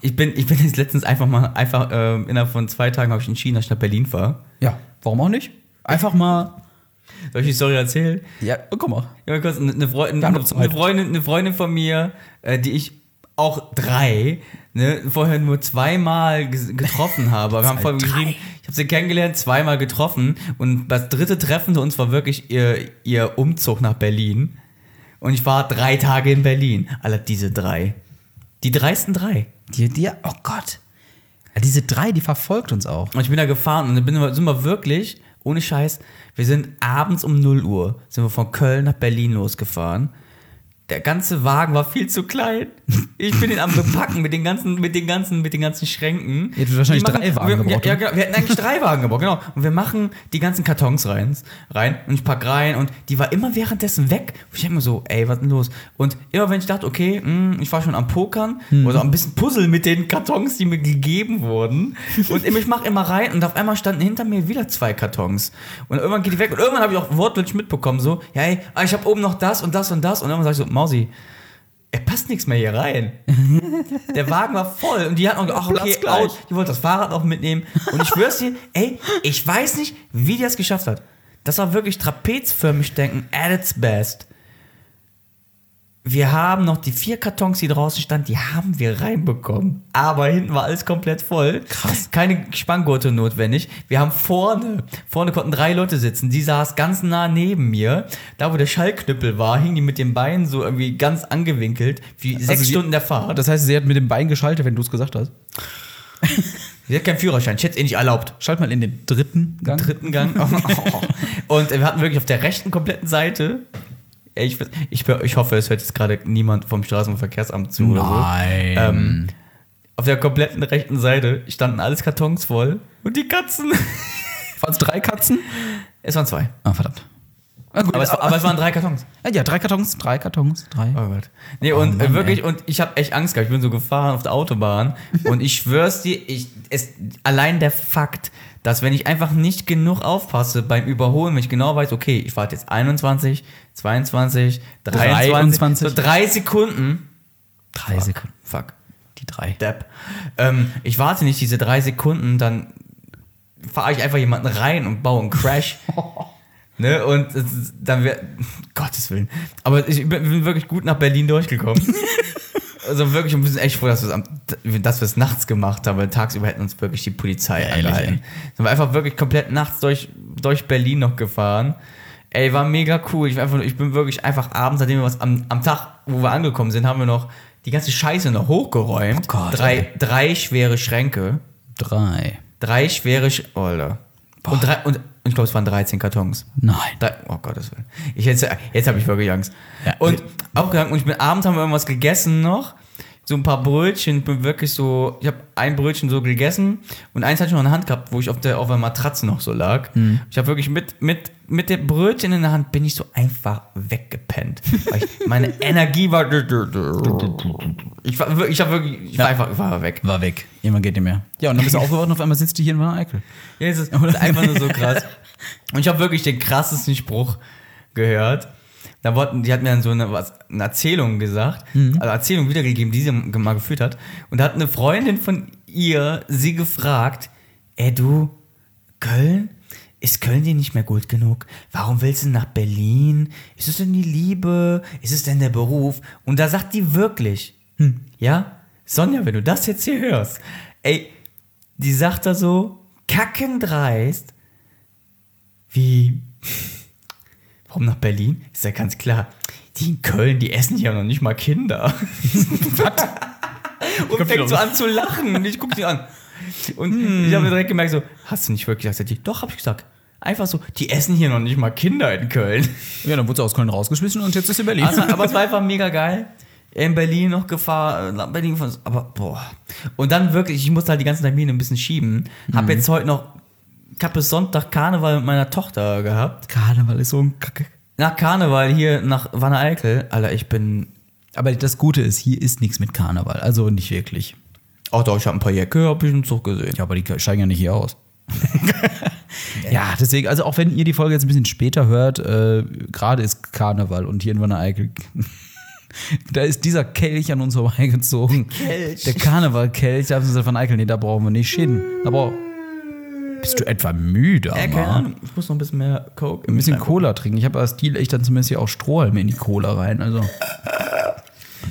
ich bin, ich bin jetzt letztens einfach mal, einfach ähm, innerhalb von zwei Tagen habe ich entschieden, dass ich nach Berlin war. Ja, warum auch nicht? Einfach mal. Soll ich die Story erzählen? Ja, oh, guck mal. Ja, kurz, ne, eine, eine, Freundin, Wir haben eine, noch Zeit. Freundin, eine Freundin von mir, äh, die ich auch drei, ne, vorher nur zweimal ges- getroffen habe. Wir haben vorher geschrieben, ich habe sie kennengelernt, zweimal getroffen und das dritte Treffen uns war wirklich ihr, ihr Umzug nach Berlin. Und ich war drei Tage in Berlin. Alter, diese drei. Die dreisten drei. Die, die, oh Gott. Ja, diese drei, die verfolgt uns auch. Und ich bin da gefahren und dann bin, sind wir wirklich, ohne Scheiß, wir sind abends um 0 Uhr, sind wir von Köln nach Berlin losgefahren. Der ganze Wagen war viel zu klein. Ich bin den am Bepacken mit den ganzen, mit den ganzen, mit den ganzen Schränken. Ihr hättet wahrscheinlich Die drei Wagen wir, gebraucht, Ja, oder? ja, genau, wir hätten eigentlich drei Wagen gebraucht, genau. Und wir machen die ganzen Kartons rein, rein und ich pack rein und die war immer währenddessen weg. Und ich hab mir so, ey, was denn los? Und immer wenn ich dachte, okay, hm, ich war schon am Pokern oder ein bisschen Puzzle mit den Kartons, die mir gegeben wurden. Und immer- ich mach immer rein und auf einmal standen hinter mir wieder zwei Kartons. Und irgendwann geht die weg und irgendwann habe ich auch wortwörtlich mitbekommen, so, ja, ey, ah, ich habe oben noch das und das und das. Und irgendwann sag ich so, Mausi, er passt nichts mehr hier rein. Der Wagen war voll und die hat noch gedacht, ach, okay, Platz gleich. out. Die wollte das Fahrrad noch mitnehmen. Und ich schwör's dir, ey, ich weiß nicht, wie die das geschafft hat. Das war wirklich trapezförmig denken, at its best. Wir haben noch die vier Kartons, die draußen standen, die haben wir reinbekommen. Aber hinten war alles komplett voll. Krass. Keine Spanngurte notwendig. Wir haben vorne, vorne konnten drei Leute sitzen. Die saß ganz nah neben mir. Da, wo der Schallknüppel war, hing die mit den Beinen so irgendwie ganz angewinkelt. Wie sechs Also die- Stunden der Fahrt. Das heißt, sie hat mit dem Bein geschaltet, wenn du es gesagt hast. Sie hat keinen Führerschein. Ich hätte es eh nicht erlaubt. Schalt mal in den dritten Gang. Dritten Gang. Oh. Und wir hatten wirklich auf der rechten kompletten Seite. Ey, Ich, ich, ich hoffe, es hört jetzt gerade niemand vom Straßenverkehrsamt zu. Oder so. Nein. Ähm, auf der kompletten rechten Seite standen alles Kartons voll und die Katzen. Waren es drei Katzen? Es waren zwei. Ah, verdammt. Na gut, Aber es, aber es waren drei Kartons. ja, drei Kartons, drei Kartons, drei. Oh Gott. Nee, und Mann, äh, wirklich, und ich habe echt Angst gehabt. Ich bin so gefahren auf der Autobahn. und ich schwör's dir, ich, es, allein der Fakt, dass wenn ich einfach nicht genug aufpasse beim Überholen, wenn ich genau weiß, okay, ich warte jetzt 21, 22, 23, 23. so drei Sekunden. Drei Sekunden. Fuck. Die drei. Depp. Ähm, ich warte nicht diese drei Sekunden, dann fahre ich einfach jemanden rein und baue einen Crash. ne? Und es ist- dann wäre. Gottes Willen. Aber ich bin- bin wirklich gut nach Berlin durchgekommen. also wirklich, wir sind echt froh, dass wir es am- dass wir es nachts gemacht haben, weil tagsüber hätten uns wirklich die Polizei ehrlich, angehalten. Sind wir einfach wirklich komplett nachts durch, durch Berlin noch gefahren. Ey, war mega cool. Ich, war einfach, nur- ich bin wirklich einfach abends, nachdem wir was am, am Tag, wo wir angekommen sind, haben wir noch die ganze Scheiße noch hochgeräumt. Oh Gott, drei, ey. drei schwere Schränke. Drei. Drei schwere Sch oh, Alter. Und, drei, und, und ich glaube, es waren 13 Kartons. Nein. Drei, oh Gottes Willen. Ich jetzt jetzt habe ich wirklich Angst. Ja. Und aufgehangen und ich bin abends haben wir irgendwas gegessen noch. So ein paar Brötchen, ich bin wirklich so, ich habe ein Brötchen so gegessen und eins hatte ich noch in der Hand gehabt, wo ich auf der, auf der Matratze noch so lag. Ich habe wirklich mit, mit, mit dem Brötchen in der Hand bin ich so einfach weggepennt. Weil ich, meine Energie war. Ich war, wir- ich hab wirklich, ich war einfach ich war weg. War weg. Jemand geht nicht mehr. Ja, und dann bist du aufgewacht und auf einmal sitzt du hier in meiner Eichel. Ja, es ist ist einfach nur so krass. Und ich habe wirklich den krassesten Spruch gehört. Da wollten, die hat mir dann so eine, was, eine Erzählung gesagt, also Erzählung wiedergegeben, die sie mal geführt hat. Und da hat eine Freundin von ihr sie gefragt, ey du, Köln? Ist Köln dir nicht mehr gut genug? Warum willst du nach Berlin? Ist es denn die Liebe? Ist es denn der Beruf? Und da sagt die wirklich, ja, Sonja, wenn du das jetzt hier hörst, ey, die sagt da so kackendreist, wie, warum nach Berlin? Ist ja ganz klar. Die in Köln, die essen ja noch nicht mal Kinder. und fängt so an zu lachen und ich guck sie an. Und ich habe direkt gemerkt, so, hast du nicht wirklich gesagt? Sagt die, Doch, habe ich gesagt. Einfach so, die essen hier noch nicht mal Kinder in Köln. Ja, dann wurde sie aus Köln rausgeschmissen und jetzt ist sie in Berlin. Also, aber es war einfach mega geil. In Berlin noch Gefahr, äh, nach Berlin gefahren. Aber boah. Und dann wirklich, ich musste halt die ganzen Termine ein bisschen schieben. Hab jetzt heute noch, ich hab bis Sonntag Karneval mit meiner Tochter gehabt. Karneval ist so ein Kacke. Nach Karneval hier nach Wanne Eickel. Alter, ich bin. Aber das Gute ist, hier ist nichts mit Karneval. Also nicht wirklich. Oh doch, ich hab ein paar Jacke, hab ich einen Zug gesehen. Ja, aber die steigen ja nicht hier aus. ja, deswegen, also auch wenn ihr die Folge jetzt ein bisschen später hört, äh, gerade ist Karneval und hier in Wanne Eickel. Da ist dieser Kelch an uns vorbeigezogen. Kelch. Der Karnevalkelch, da haben sie gesagt, Van Eickel, nee, da brauchen wir nicht hin. Da brauch- Bist du etwa müde, Ja, keine Mann? Ahnung. Ich muss noch ein bisschen mehr Coke. Ein bisschen Cola trinken. Ich habe als Deal echt dann zumindest hier auch Strohhalme in die Cola rein. Also,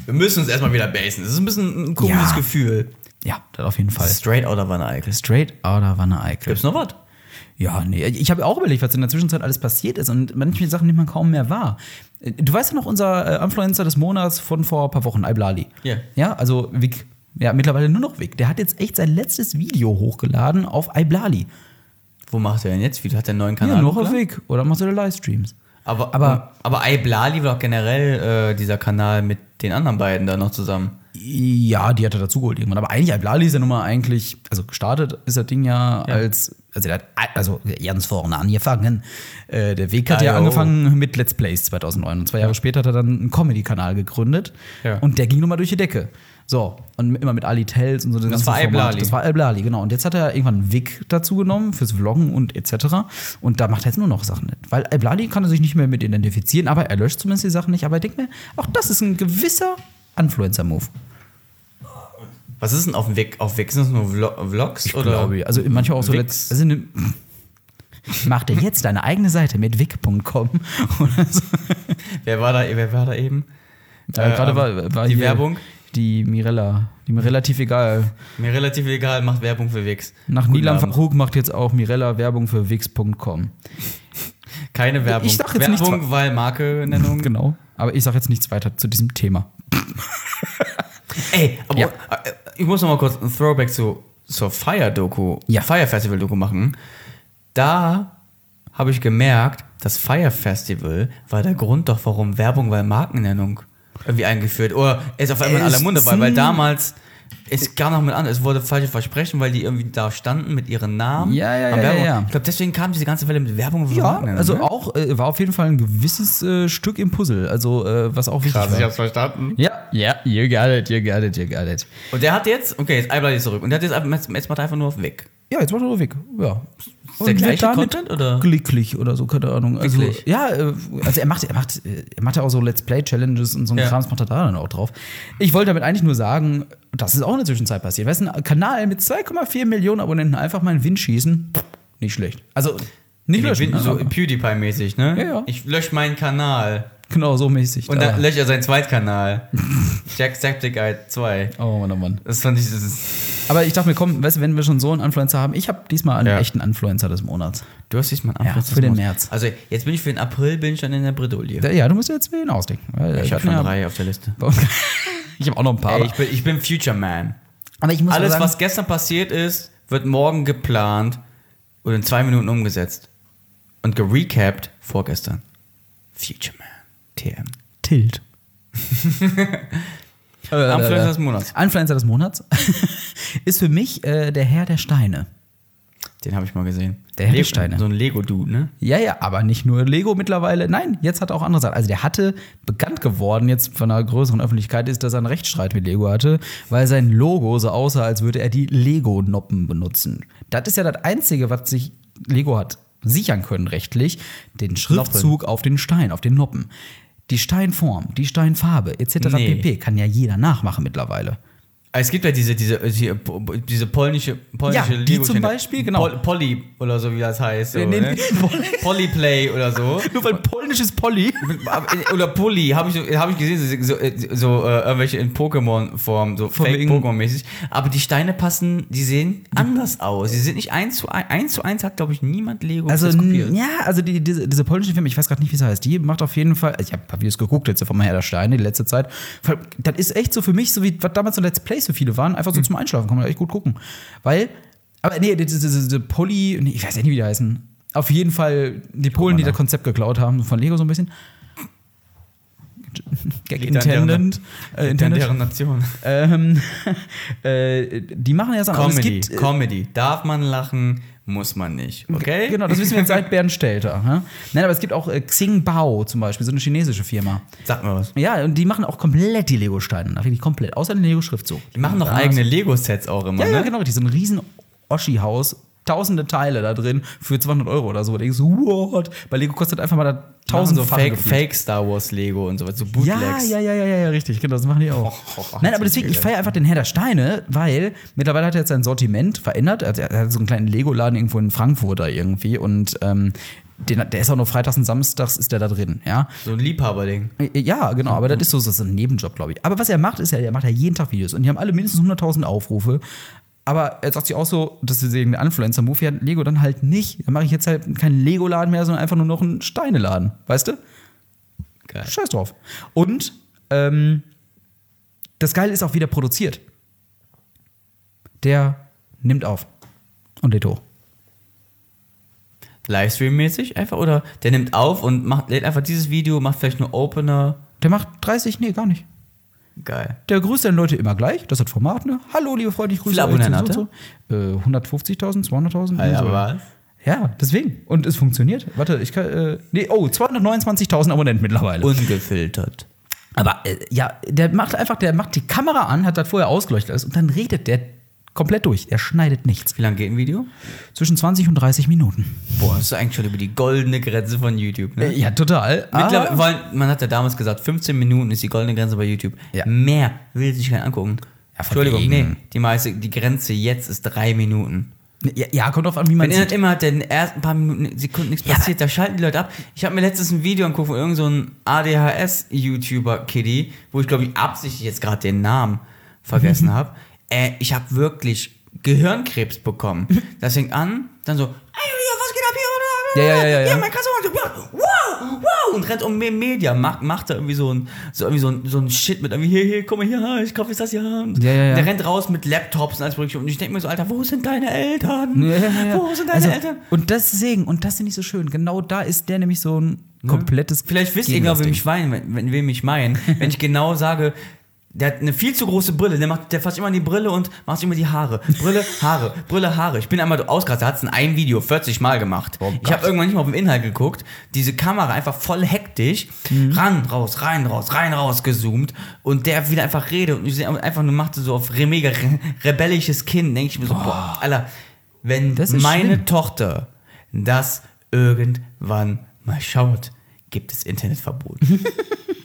Wir müssen uns erstmal wieder basen. Das ist ein bisschen ein komisches Ja. Gefühl. ja, das auf jeden Fall. Straight out of Wanne Eickel. Straight Outer Wanne Eickel. Gibt's noch was? Ja, nee, ich habe auch überlegt, was in der Zwischenzeit alles passiert ist und manche Sachen nimmt man kaum mehr wahr. Du weißt ja noch, unser äh, Influencer des Monats von vor ein paar Wochen, Iblali. Ja. Ja, also Vic. Ja, mittlerweile nur noch Vic. Der hat jetzt echt sein letztes Video hochgeladen auf Iblali. Wo macht er denn jetzt? Wie hat der einen neuen Kanal? Ja, nur noch hochgeladen? auf Vic. Oder machst du da Livestreams? Aber, aber, Aber- aber iBlali war doch generell äh, dieser Kanal mit den anderen beiden da noch zusammen. Ja, die hat er dazugeholt irgendwann. Aber eigentlich, Iblali ist ja nun mal eigentlich, also gestartet ist das Ding ja, als, also der hat also ganz vorne angefangen. Äh, der Weg hat ja Ajo. angefangen mit Let's Plays 2009. Und zwei Jahre später hat er dann einen Comedy-Kanal gegründet. Ja. Und der ging nun mal durch die Decke. So, und immer mit Ali Tells und so. Das war Iblali. Das war Iblali, genau. Und jetzt hat er irgendwann Vic dazu genommen fürs Vloggen und etc. Und da macht er jetzt nur noch Sachen mit. Weil Iblali kann er sich nicht mehr mit identifizieren, aber er löscht zumindest die Sachen nicht. Aber ich denke mir, auch das ist ein gewisser Influencer-Move. Was ist denn auf dem Weg? Auf Weg sind das nur Vlo Vlogs? Ich oder? glaube, ja. also manchmal auch so Wix. letzt, also ne, Mach dir jetzt deine eigene Seite mit wick.com oder so. Wer war da, wer war da eben? Äh, Gerade ähm, war, war die hier Werbung? Die Mirella. Die mir relativ egal. Mir relativ egal, macht Werbung für Wix. Nach Guten Nilan Abend. Farouk macht jetzt auch Mirella Werbung für wix.com. Keine Werbung. Ich sag jetzt nichts Werbung, weil Marke-Nennung. Genau. Aber ich sage jetzt nichts weiter zu diesem Thema. Ey, aber Ja. äh, ich muss noch mal kurz ein Throwback zu, zur Fire-Doku, Ja. Fire-Festival-Doku machen. Da habe ich gemerkt, das Fire-Festival war der Grund doch, warum Werbung, weil Markennennung irgendwie eingeführt. Oder es auf einmal in aller Munde war, weil Erstens. damals Es kam noch mit an, es wurde falsche Versprechen, weil die irgendwie da standen mit ihren Namen. Ja, ja, Haben ja, ja, Werbung- ja. Ich glaube, deswegen kam diese ganze Welle mit Werbung. und Ja, Werbung, also ne? auch äh, war auf jeden Fall ein gewisses äh, Stück im Puzzle, also äh, was auch wichtig Krass, ich war. hab's verstanden. Ja, ja, you got it, you got it, you got it. Und der hat jetzt, okay, jetzt einmal jetzt zurück. Und der hat jetzt, ab- jetzt, jetzt macht er einfach nur auf weg. Ja, jetzt war er weg. Ja. der gleiche Content, oder? Glücklich oder so, keine Ahnung. Also, Glücklich. ja, äh, also er macht, er macht, äh, er macht ja auch so Let's Play Challenges und so ein Ja. Krams macht er da dann auch drauf. Ich wollte damit eigentlich nur sagen, das ist auch in der Zwischenzeit passiert. Weißt du, ein Kanal mit 2,4 Millionen Abonnenten einfach mal in den Wind schießen, pff, nicht schlecht. Also nicht also, löschen, Ich bin so aber- PewDiePie-mäßig, ne? Ja, ja. Ich lösche meinen Kanal. genau so mäßig. Und Ah. dann löscht er seinen Zweitkanal. Jacksepticeye 2. oh Mann, oh Mann. Das fand ich, das ist, Aber ich dachte mir, komm, weißt du, wenn wir schon so einen Influencer haben, ich habe diesmal einen Ja. echten Influencer des Monats. du hast diesmal einen Ja, Abschluss- für den März. Also jetzt bin ich für den April, bin ich schon in der Bredouille. Ja, du musst dir jetzt für ihn ausdenken. Ich habe schon ja, drei auf der Liste. Ich habe auch noch ein paar. Ey, aber- ich, bin, ich bin Future Man. aber ich muss Alles, mal sagen, was gestern passiert ist, wird morgen geplant und in zwei Minuten umgesetzt. Und gerecapt vorgestern. Future Man. TM. Tilt. Influencer des Monats. Influencer des Monats ist für mich äh, der Herr der Steine. Den habe ich mal gesehen. Der hätte Lego- Steine. So ein Lego-Dude, ne? Ja, ja, aber nicht nur Lego mittlerweile. Nein, jetzt hat er auch andere Sachen. Also der hatte bekannt geworden jetzt von einer größeren Öffentlichkeit ist, dass er einen Rechtsstreit mit Lego hatte, weil sein Logo so aussah, als würde er die Lego-Noppen benutzen. Das ist ja das Einzige, was sich Lego hat sichern können rechtlich, den Schriftzug auf den Stein, auf den Noppen. Die Steinform, die Steinfarbe etc. Nee. pp. kann ja jeder nachmachen mittlerweile. Es gibt ja diese, äh, diese, diese, diese polnische, polnische Ja, die zum Lego-Steine. Beispiel, genau. Pol Polly oder so, wie das heißt. So, Nee, nee, ne? nee, Polly. Polyplay oder so. Nur weil polnisches Polly. oder Pulli, habe ich, so- hab ich gesehen, so, so, so äh, irgendwelche in Pokémon-Form, so wegen- Fake-Pokémon-mäßig. Aber die Steine passen, die sehen anders aus. Sie sind nicht eins zu eins. Eins zu eins hat, glaube ich, niemand Lego Also, das kopiert. n- ja, also die, diese, diese polnische Firma, ich weiß gerade nicht, wie sie heißt, die macht auf jeden Fall, ich habe hab Videos geguckt jetzt von Herr der Steine die letzte Zeit. Voll- Das ist echt so für mich, so wie was damals so Let's Plays so viele waren, Hm. einfach so zum Einschlafen, kann man echt gut gucken. Weil, aber nee, diese, diese, diese Poly, nee, ich weiß ja nicht, wie die heißen. Auf jeden Fall die Polen, die das Konzept geklaut haben, von Lego so ein bisschen. Gag Liegt an deren- intended. Äh, in intended. deren Nation. Ähm, äh, die machen ja Sachen. aber Comedy, es gibt, äh, Comedy. Darf man lachen, muss man nicht. Okay? Genau, das wissen wir jetzt seit Bernstelter. hä? Nein, aber es gibt auch äh, Xingbao zum Beispiel, so eine chinesische Firma. Sag mal was. Ja, und die machen auch komplett die Lego-Steine, nach, wirklich komplett, außer den Lego-Schriftzug. Die machen doch Ja, eigene Lego-Sets auch immer, Genau. Ja, ja, ne? genau, richtig. So ein riesen Oschi-Haus, tausende Teile da drin für 200 Euro oder so. Da denkst du, what? Bei Lego kostet einfach mal da Tausend tausend so Fake, Fake Star Wars Lego und so was, so ja, Bootlegs. ja, ja, ja, ja, ja, richtig, genau, das machen die auch. Nein, aber deswegen, ich feiere einfach den Herr der Steine, weil mittlerweile hat er jetzt sein Sortiment verändert. Er hat, er hat so einen kleinen Lego-Laden irgendwo in Frankfurt da irgendwie und ähm, den, der ist auch nur freitags und samstags ist der da drin, ja. So ein Liebhaberding. Ja, genau, aber das ist so, das ist ein Nebenjob, glaube ich. Aber was er macht, ist ja, er macht ja jeden Tag Videos und die haben alle mindestens 100.000 Aufrufe. Aber er sagt sich auch so, dass ist irgendein Influencer-Move, ja, Lego dann halt nicht. Dann mache ich jetzt halt keinen Lego-Laden mehr, sondern einfach nur noch einen Steine-Laden, weißt du? Geil. Scheiß drauf. Und ähm, das Geile ist auch wieder produziert. Der nimmt auf und lädt hoch. Livestream-mäßig einfach oder der nimmt auf und macht, lädt einfach dieses Video, macht vielleicht nur Opener. Der macht 30, nee, gar nicht. Geil. Der grüßt seine Leute immer gleich, das ist das Format, ne? Hallo, liebe Freunde, ich grüße Viele Abonnenten euch. so und so. Äh, 150.000, 200.000? Alter, irgendwie so. was? Ja, deswegen. Und es funktioniert. Warte, ich kann, äh, nee, oh, 229.000 Abonnenten mittlerweile. Ungefiltert. Aber äh, ja, der macht einfach, der macht die Kamera an, hat das vorher ausgeleuchtet alles und dann redet der komplett durch. Der schneidet nichts. Wie lange geht ein Video? Zwischen 20 und 30 Minuten. Boah, das ist eigentlich schon über die goldene Grenze von YouTube. Ne? Ja, total. Mittlerweile, Aber, weil, man hat ja damals gesagt, 15 Minuten ist die goldene Grenze bei YouTube. Ja. Mehr will sich keiner angucken. Ja, von Entschuldigung, nee, wegen. die meiste, die Grenze jetzt ist drei Minuten. ja, ja, kommt drauf an, wie man Wenn ihr es das immer hat, in den ersten paar Minuten, Sekunden nichts Ja, passiert, da schalten die Leute ab. Ich habe mir letztens ein Video angeguckt von irgendeinem so einem ADHS-YouTuber-Kiddy, wo ich glaube ich absichtlich jetzt gerade den Namen vergessen habe. Äh, ich habe wirklich Gehirnkrebs bekommen. Das fängt an, dann so, "Ey, was geht ab hier? Ja, ja, ja, ja, Ja, ja. mein krasser Hund, wow, wow, wow, und rennt um den Media, macht, macht da irgendwie so ein, so irgendwie so ein, so ein Shit mit irgendwie, hier, hier, guck mal hier, ich kaufe jetzt das hier. Und Ja, ja, ja. Der rennt raus mit Laptops und alles mögliche. Und ich denke mir so, Alter, wo sind deine Eltern? Ja, ja, ja. Wo sind deine Eltern? Und deswegen, und das finde ich so schön, genau da ist der nämlich so ein komplettes. Vielleicht wisst ihr genau, Gegenteil. wem ich, mein, wenn, wenn, wem ich mein, wenn ich genau sage, Der hat eine viel zu große Brille. Der, macht, der fasst immer in die Brille und macht immer die Haare. Brille, Haare, Brille, Haare. Ich bin einmal ausgerastet. Er hat es in einem Video 40 Mal gemacht. ich habe irgendwann nicht mal auf den Inhalt geguckt. Diese Kamera einfach voll hektisch. Ran, raus, rein, raus, rein, raus gezoomt. Und der wieder einfach redet und ich seh einfach nur machte so auf re- mega re rebellisches Kind. Denke ich mir so, boah, Alter, wenn Das ist meine schlimm. Tochter das irgendwann mal schaut, gibt es Internetverbot.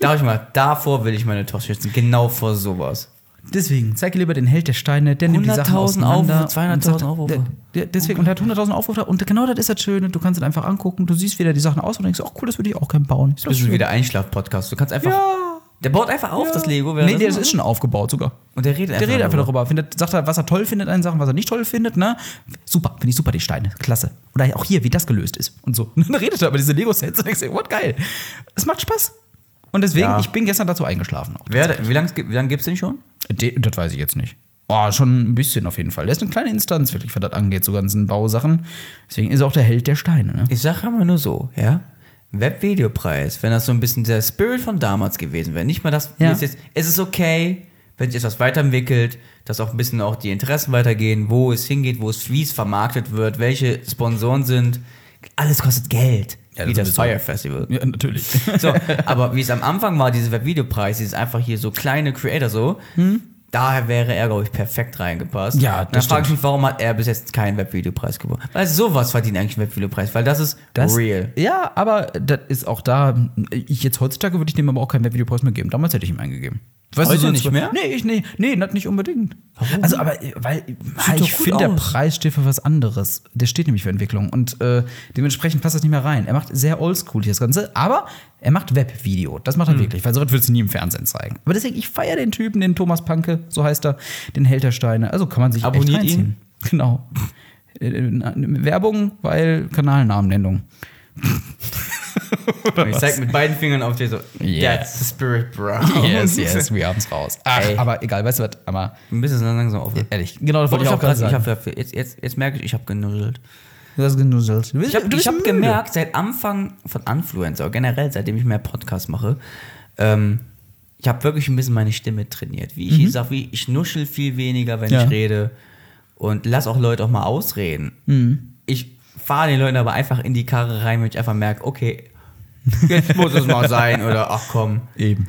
da hab ich mal, davor will ich meine Tochter schützen, genau vor sowas. Deswegen, zeig ihr lieber den Held der Steine, der nimmt die Sachen 100.000 auseinander. Aufrufe, 200.000 Aufrufe. und sagt, Der, der, deswegen, und er hat 100.000 Aufrufe und genau das ist das Schöne. Du kannst es einfach angucken, du siehst wieder die Sachen aus und denkst, ach cool, das würde ich auch gerne bauen. Ist Das das ist schon schön. wieder Einschlaf-Podcast. Du kannst einfach. Der baut einfach auf das Lego. wer Nee, das das, macht. ist schon aufgebaut sogar. Und der redet Der redet einfach darüber. darüber, findet, sagt er, was er toll findet an Sachen, was er nicht toll findet, ne? Super, finde ich super, die Steine, klasse. Oder auch hier, wie das gelöst ist und so. Und dann redet er über diese Lego-Sets und denkst dir, what, geil. Es macht Spaß. Und deswegen, Ja. ich bin gestern dazu eingeschlafen. Auch. Wer, wie lange wie lang gibt es den schon? De- das weiß ich jetzt nicht. Oh, schon ein bisschen auf jeden Fall. Der ist eine kleine Instanz, wirklich, was das angeht, so ganzen Bausachen. Deswegen ist er auch der Held der Steine, ne? Ich sage immer nur so, ja. Webvideopreis, wenn das so ein bisschen der Spirit von damals gewesen wäre. Nicht mal das, Ja. es, ist, es ist okay, wenn sich etwas weiterentwickelt, dass auch ein bisschen auch die Interessen weitergehen, wo es hingeht, wo es, wie es vermarktet wird, welche Sponsoren sind. Alles kostet Geld. Ja, wie das das sowieso. Fire Festival. Ja, natürlich. So, aber wie es am Anfang war, diese Webvideopreis, dieses einfach hier so kleine Creator so, daher wäre er, glaube ich, perfekt reingepasst. Hm? Ja, Und Dann das frage ich stimmt. mich, warum hat er bis jetzt keinen Webvideopreis gewonnen? Weil sowas verdient eigentlich ein Webvideopreis, weil das ist Das, real. Ja, aber das ist auch da. Ich jetzt heutzutage würde ich dem aber auch keinen Webvideopreis mehr geben. Damals hätte ich ihm einen gegeben. Weißt Heute so nicht zwei- mehr? Nee, ich, nee, nee, das nicht unbedingt. Also, aber äh, weil weil doch ich gut finde, der aus. Preis steht für was anderes. Der steht nämlich für Entwicklung und äh, dementsprechend passt das nicht mehr rein. Er macht sehr oldschool hier das Ganze, aber er macht Webvideo. Das Hm. macht er wirklich, weil sowas würdest du nie im Fernsehen zeigen. Aber deswegen, ich feiere den Typen, den Thomas Panke, so heißt er, den Held der Steine. Also kann man sich Abonniert echt reinziehen. ihn. Genau. Äh, äh, Werbung, weil Kanalnamennennung. Und ich zeig mit beiden Fingern auf dir so, Yeah. that's the spirit, bro. Yes, yes, wir haben's raus. Ach, Ey. aber egal, weißt du was? Aber Ein bisschen langsam auf. ehrlich, genau das Boah, wollte ich ich auch hab gerade sagen. grad, ich hab, jetzt, jetzt, jetzt merke ich, ich habe genudelt. du hast genuselt. Du bist- Ich habe du bist hab müde. gemerkt, seit Anfang von Influencer, generell seitdem ich mehr Podcasts mache, ähm, ich habe wirklich ein bisschen meine Stimme trainiert. Wie ich sag, wie ich nuschel viel weniger, wenn Mhm. Ja. ich rede und lass auch Leute auch mal ausreden. Mhm. Ich fahre den Leuten aber einfach in die Karre rein, wenn ich einfach merke, okay, jetzt muss es mal sein oder ach komm. Eben.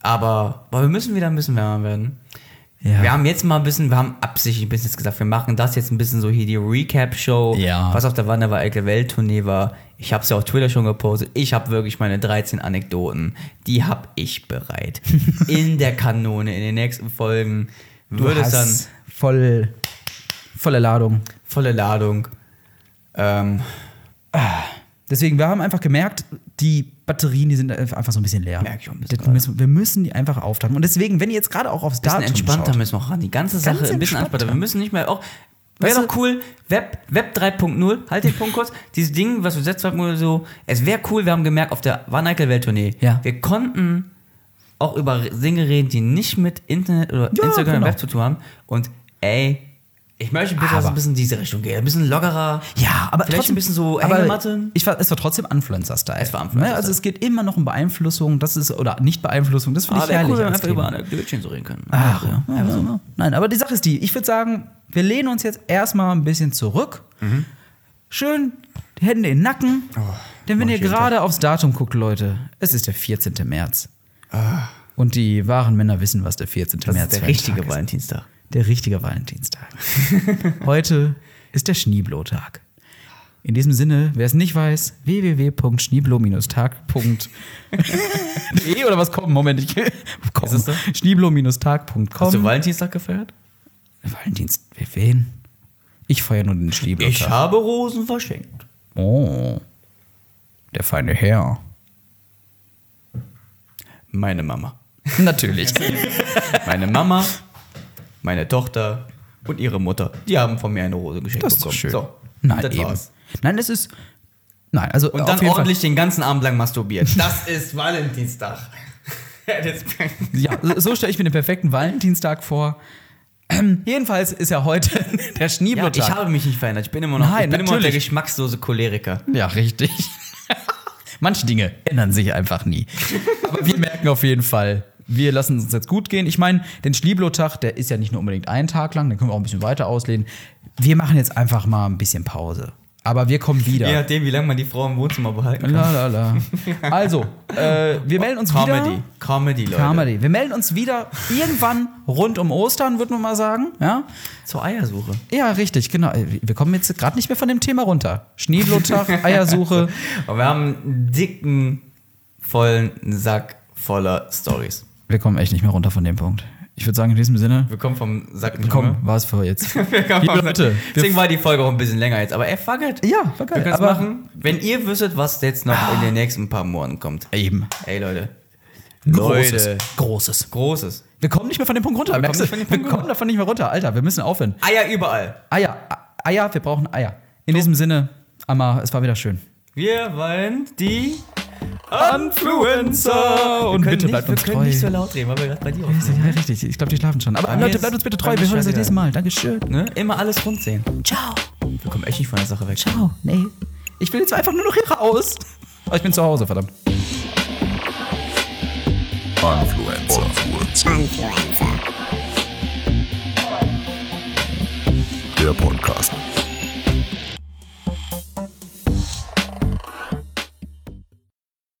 Aber boah, wir müssen wieder ein bisschen wärmer werden. Ja. Wir haben jetzt mal ein bisschen, wir haben absichtlich ein bisschen jetzt gesagt, wir machen das jetzt ein bisschen so hier die Recap-Show. Ja. Was auf der Wanne war, Elke Welttournee war. Ich habe es ja auf Twitter schon gepostet. Ich habe wirklich meine 13 Anekdoten. Die habe ich bereit. in der Kanone, in den nächsten Folgen. Du Würde es hast dann voll, volle Ladung. volle Ladung. Ähm, Deswegen, wir haben einfach gemerkt, die Batterien, die sind einfach so ein bisschen leer. Merk ich auch ein bisschen Das müssen, wir müssen die einfach auftanken. Und deswegen, wenn ihr jetzt gerade auch aufs bisschen Datum entspannter schaut, müssen wir auch ran. Die ganze Sache ein bisschen entspannter. Ah, entspannter. Wir müssen nicht mehr auch. Wäre Weißt doch cool, Web, Web 3.0, halt den Punkt kurz, dieses Ding, was wir jetzt haben oder so, es wäre cool, wir haben gemerkt auf der Warneikel Welttournee, Ja. wir konnten auch über Dinge reden, die nicht mit Internet oder Ja, Instagram und genau. Web zu tun haben und ey, ich möchte bitte, dass es Aber- ein bisschen in diese Richtung geht, ein bisschen lockerer, Ja, aber vielleicht trotzdem, ein bisschen so aber Hängematte. ich war, es war trotzdem Influencer-Style. Es war Influencer-Style. Ne, Also es geht immer noch um Beeinflussung, das ist oder nicht Beeinflussung, das finde Aber ich wäre herrlich. Ah, cool, wenn wir als einfach Thema. über Anekdötchen so reden können. Ach, ja. Ja, was auch immer. Nein, aber die Sache ist die, ich würde sagen, wir lehnen uns jetzt erstmal ein bisschen zurück. Mhm. Schön die Hände in den Nacken. Oh, Denn wenn ihr gerade aufs Datum guckt, Leute, es ist der 14. März. Und die wahren Männer wissen, was der 14. Ah. Das März ist der für ein Tag richtige ist. Valentinstag. Der richtige Valentinstag. Heute ist der Schneeblotag. In diesem Sinne, wer es nicht weiß, www.schneeblo-tag.de oder was kommt? Moment, ich komm. Ist es so? Schneeblo-tag.com. Hast du Valentinstag gefeiert? Valentinst, wer wen? Ich feiere nur den Schneeblotag. Ich habe Rosen verschenkt. oh, der feine Herr. Meine Mama. Natürlich. Meine Mama, meine Tochter und ihre Mutter. Die haben von mir eine Rose geschenkt das ist bekommen. doch schön. So, Nein, das eben. war's. Nein, es ist. Nein, also Und dann ordentlich den ganzen Abend lang masturbiert. Das ist Valentinstag. Das- Ja, so- so stelle ich mir den perfekten Valentinstag vor. Ähm, jedenfalls ist ja heute der ja, Schneeblotag. ich habe mich nicht verändert. Ich bin immer noch, Nein, ich bin immer noch der natürlich. geschmackslose Choleriker. Ja, richtig. Manche Dinge ändern sich einfach nie. Aber wir merken auf jeden Fall, wir lassen es uns jetzt gut gehen. Ich meine, den Schlieblotag, der ist ja nicht nur unbedingt einen Tag lang, den können wir auch ein bisschen weiter auslehnen. Wir machen jetzt einfach mal ein bisschen Pause. Aber wir kommen wieder. Je nachdem, wie lange man die Frau im Wohnzimmer behalten kann. La, la, la. Also, äh, wir melden uns Comedy. wieder. Comedy, Leute. Comedy. Wir melden uns wieder irgendwann rund um Ostern, würde man mal sagen. Ja, Zur Eiersuche. ja richtig, genau. Wir kommen jetzt gerade nicht mehr von dem Thema runter. Schneebluttag, Eiersuche. Und wir haben einen dicken, vollen Sack voller Stories. Wir kommen echt nicht mehr runter von dem Punkt. Ich würde sagen, in diesem Sinne, Wir kommen vom Sack nicht komm, mehr. war es für jetzt. Wir kommen Liebe vom Sack. Leute, wir- Deswegen war die Folge auch ein bisschen länger jetzt. Aber ey, fuck it. Ja, war geil, Wir können es aber- machen. Wenn ihr wüsstet, was jetzt noch in den nächsten paar Monaten kommt. Eben. Ey, Leute. Großes. Leute. Großes. Großes. Wir kommen nicht mehr von dem Punkt runter. merkst du? nicht von dem Wir Punkt kommen davon nicht mehr runter. Alter, wir müssen aufhören. Eier Ah überall. Eier, Eier, wir brauchen Eier. In diesem Sinne, Amma, es war wieder schön. Wir wollen die Influencer. Und Wir können bitte nicht, bleibt wir uns können treu. nicht so laut reden, weil wir gerade bei dir aufnehmen. Ja, richtig. Ich glaube, die schlafen schon. Aber Bei mir Leute, ist- bleibt uns bitte bei treu. mir Wir hören uns schon das nächste wieder. Mal. Dankeschön. Ne? Immer alles rund sehen. Ciao. Wir kommen echt nicht von der Sache weg. Ciao. Nee. Ich will jetzt einfach nur noch hier raus. Aber ich bin zu Hause, verdammt. Influencer. Influencer. Der Podcast.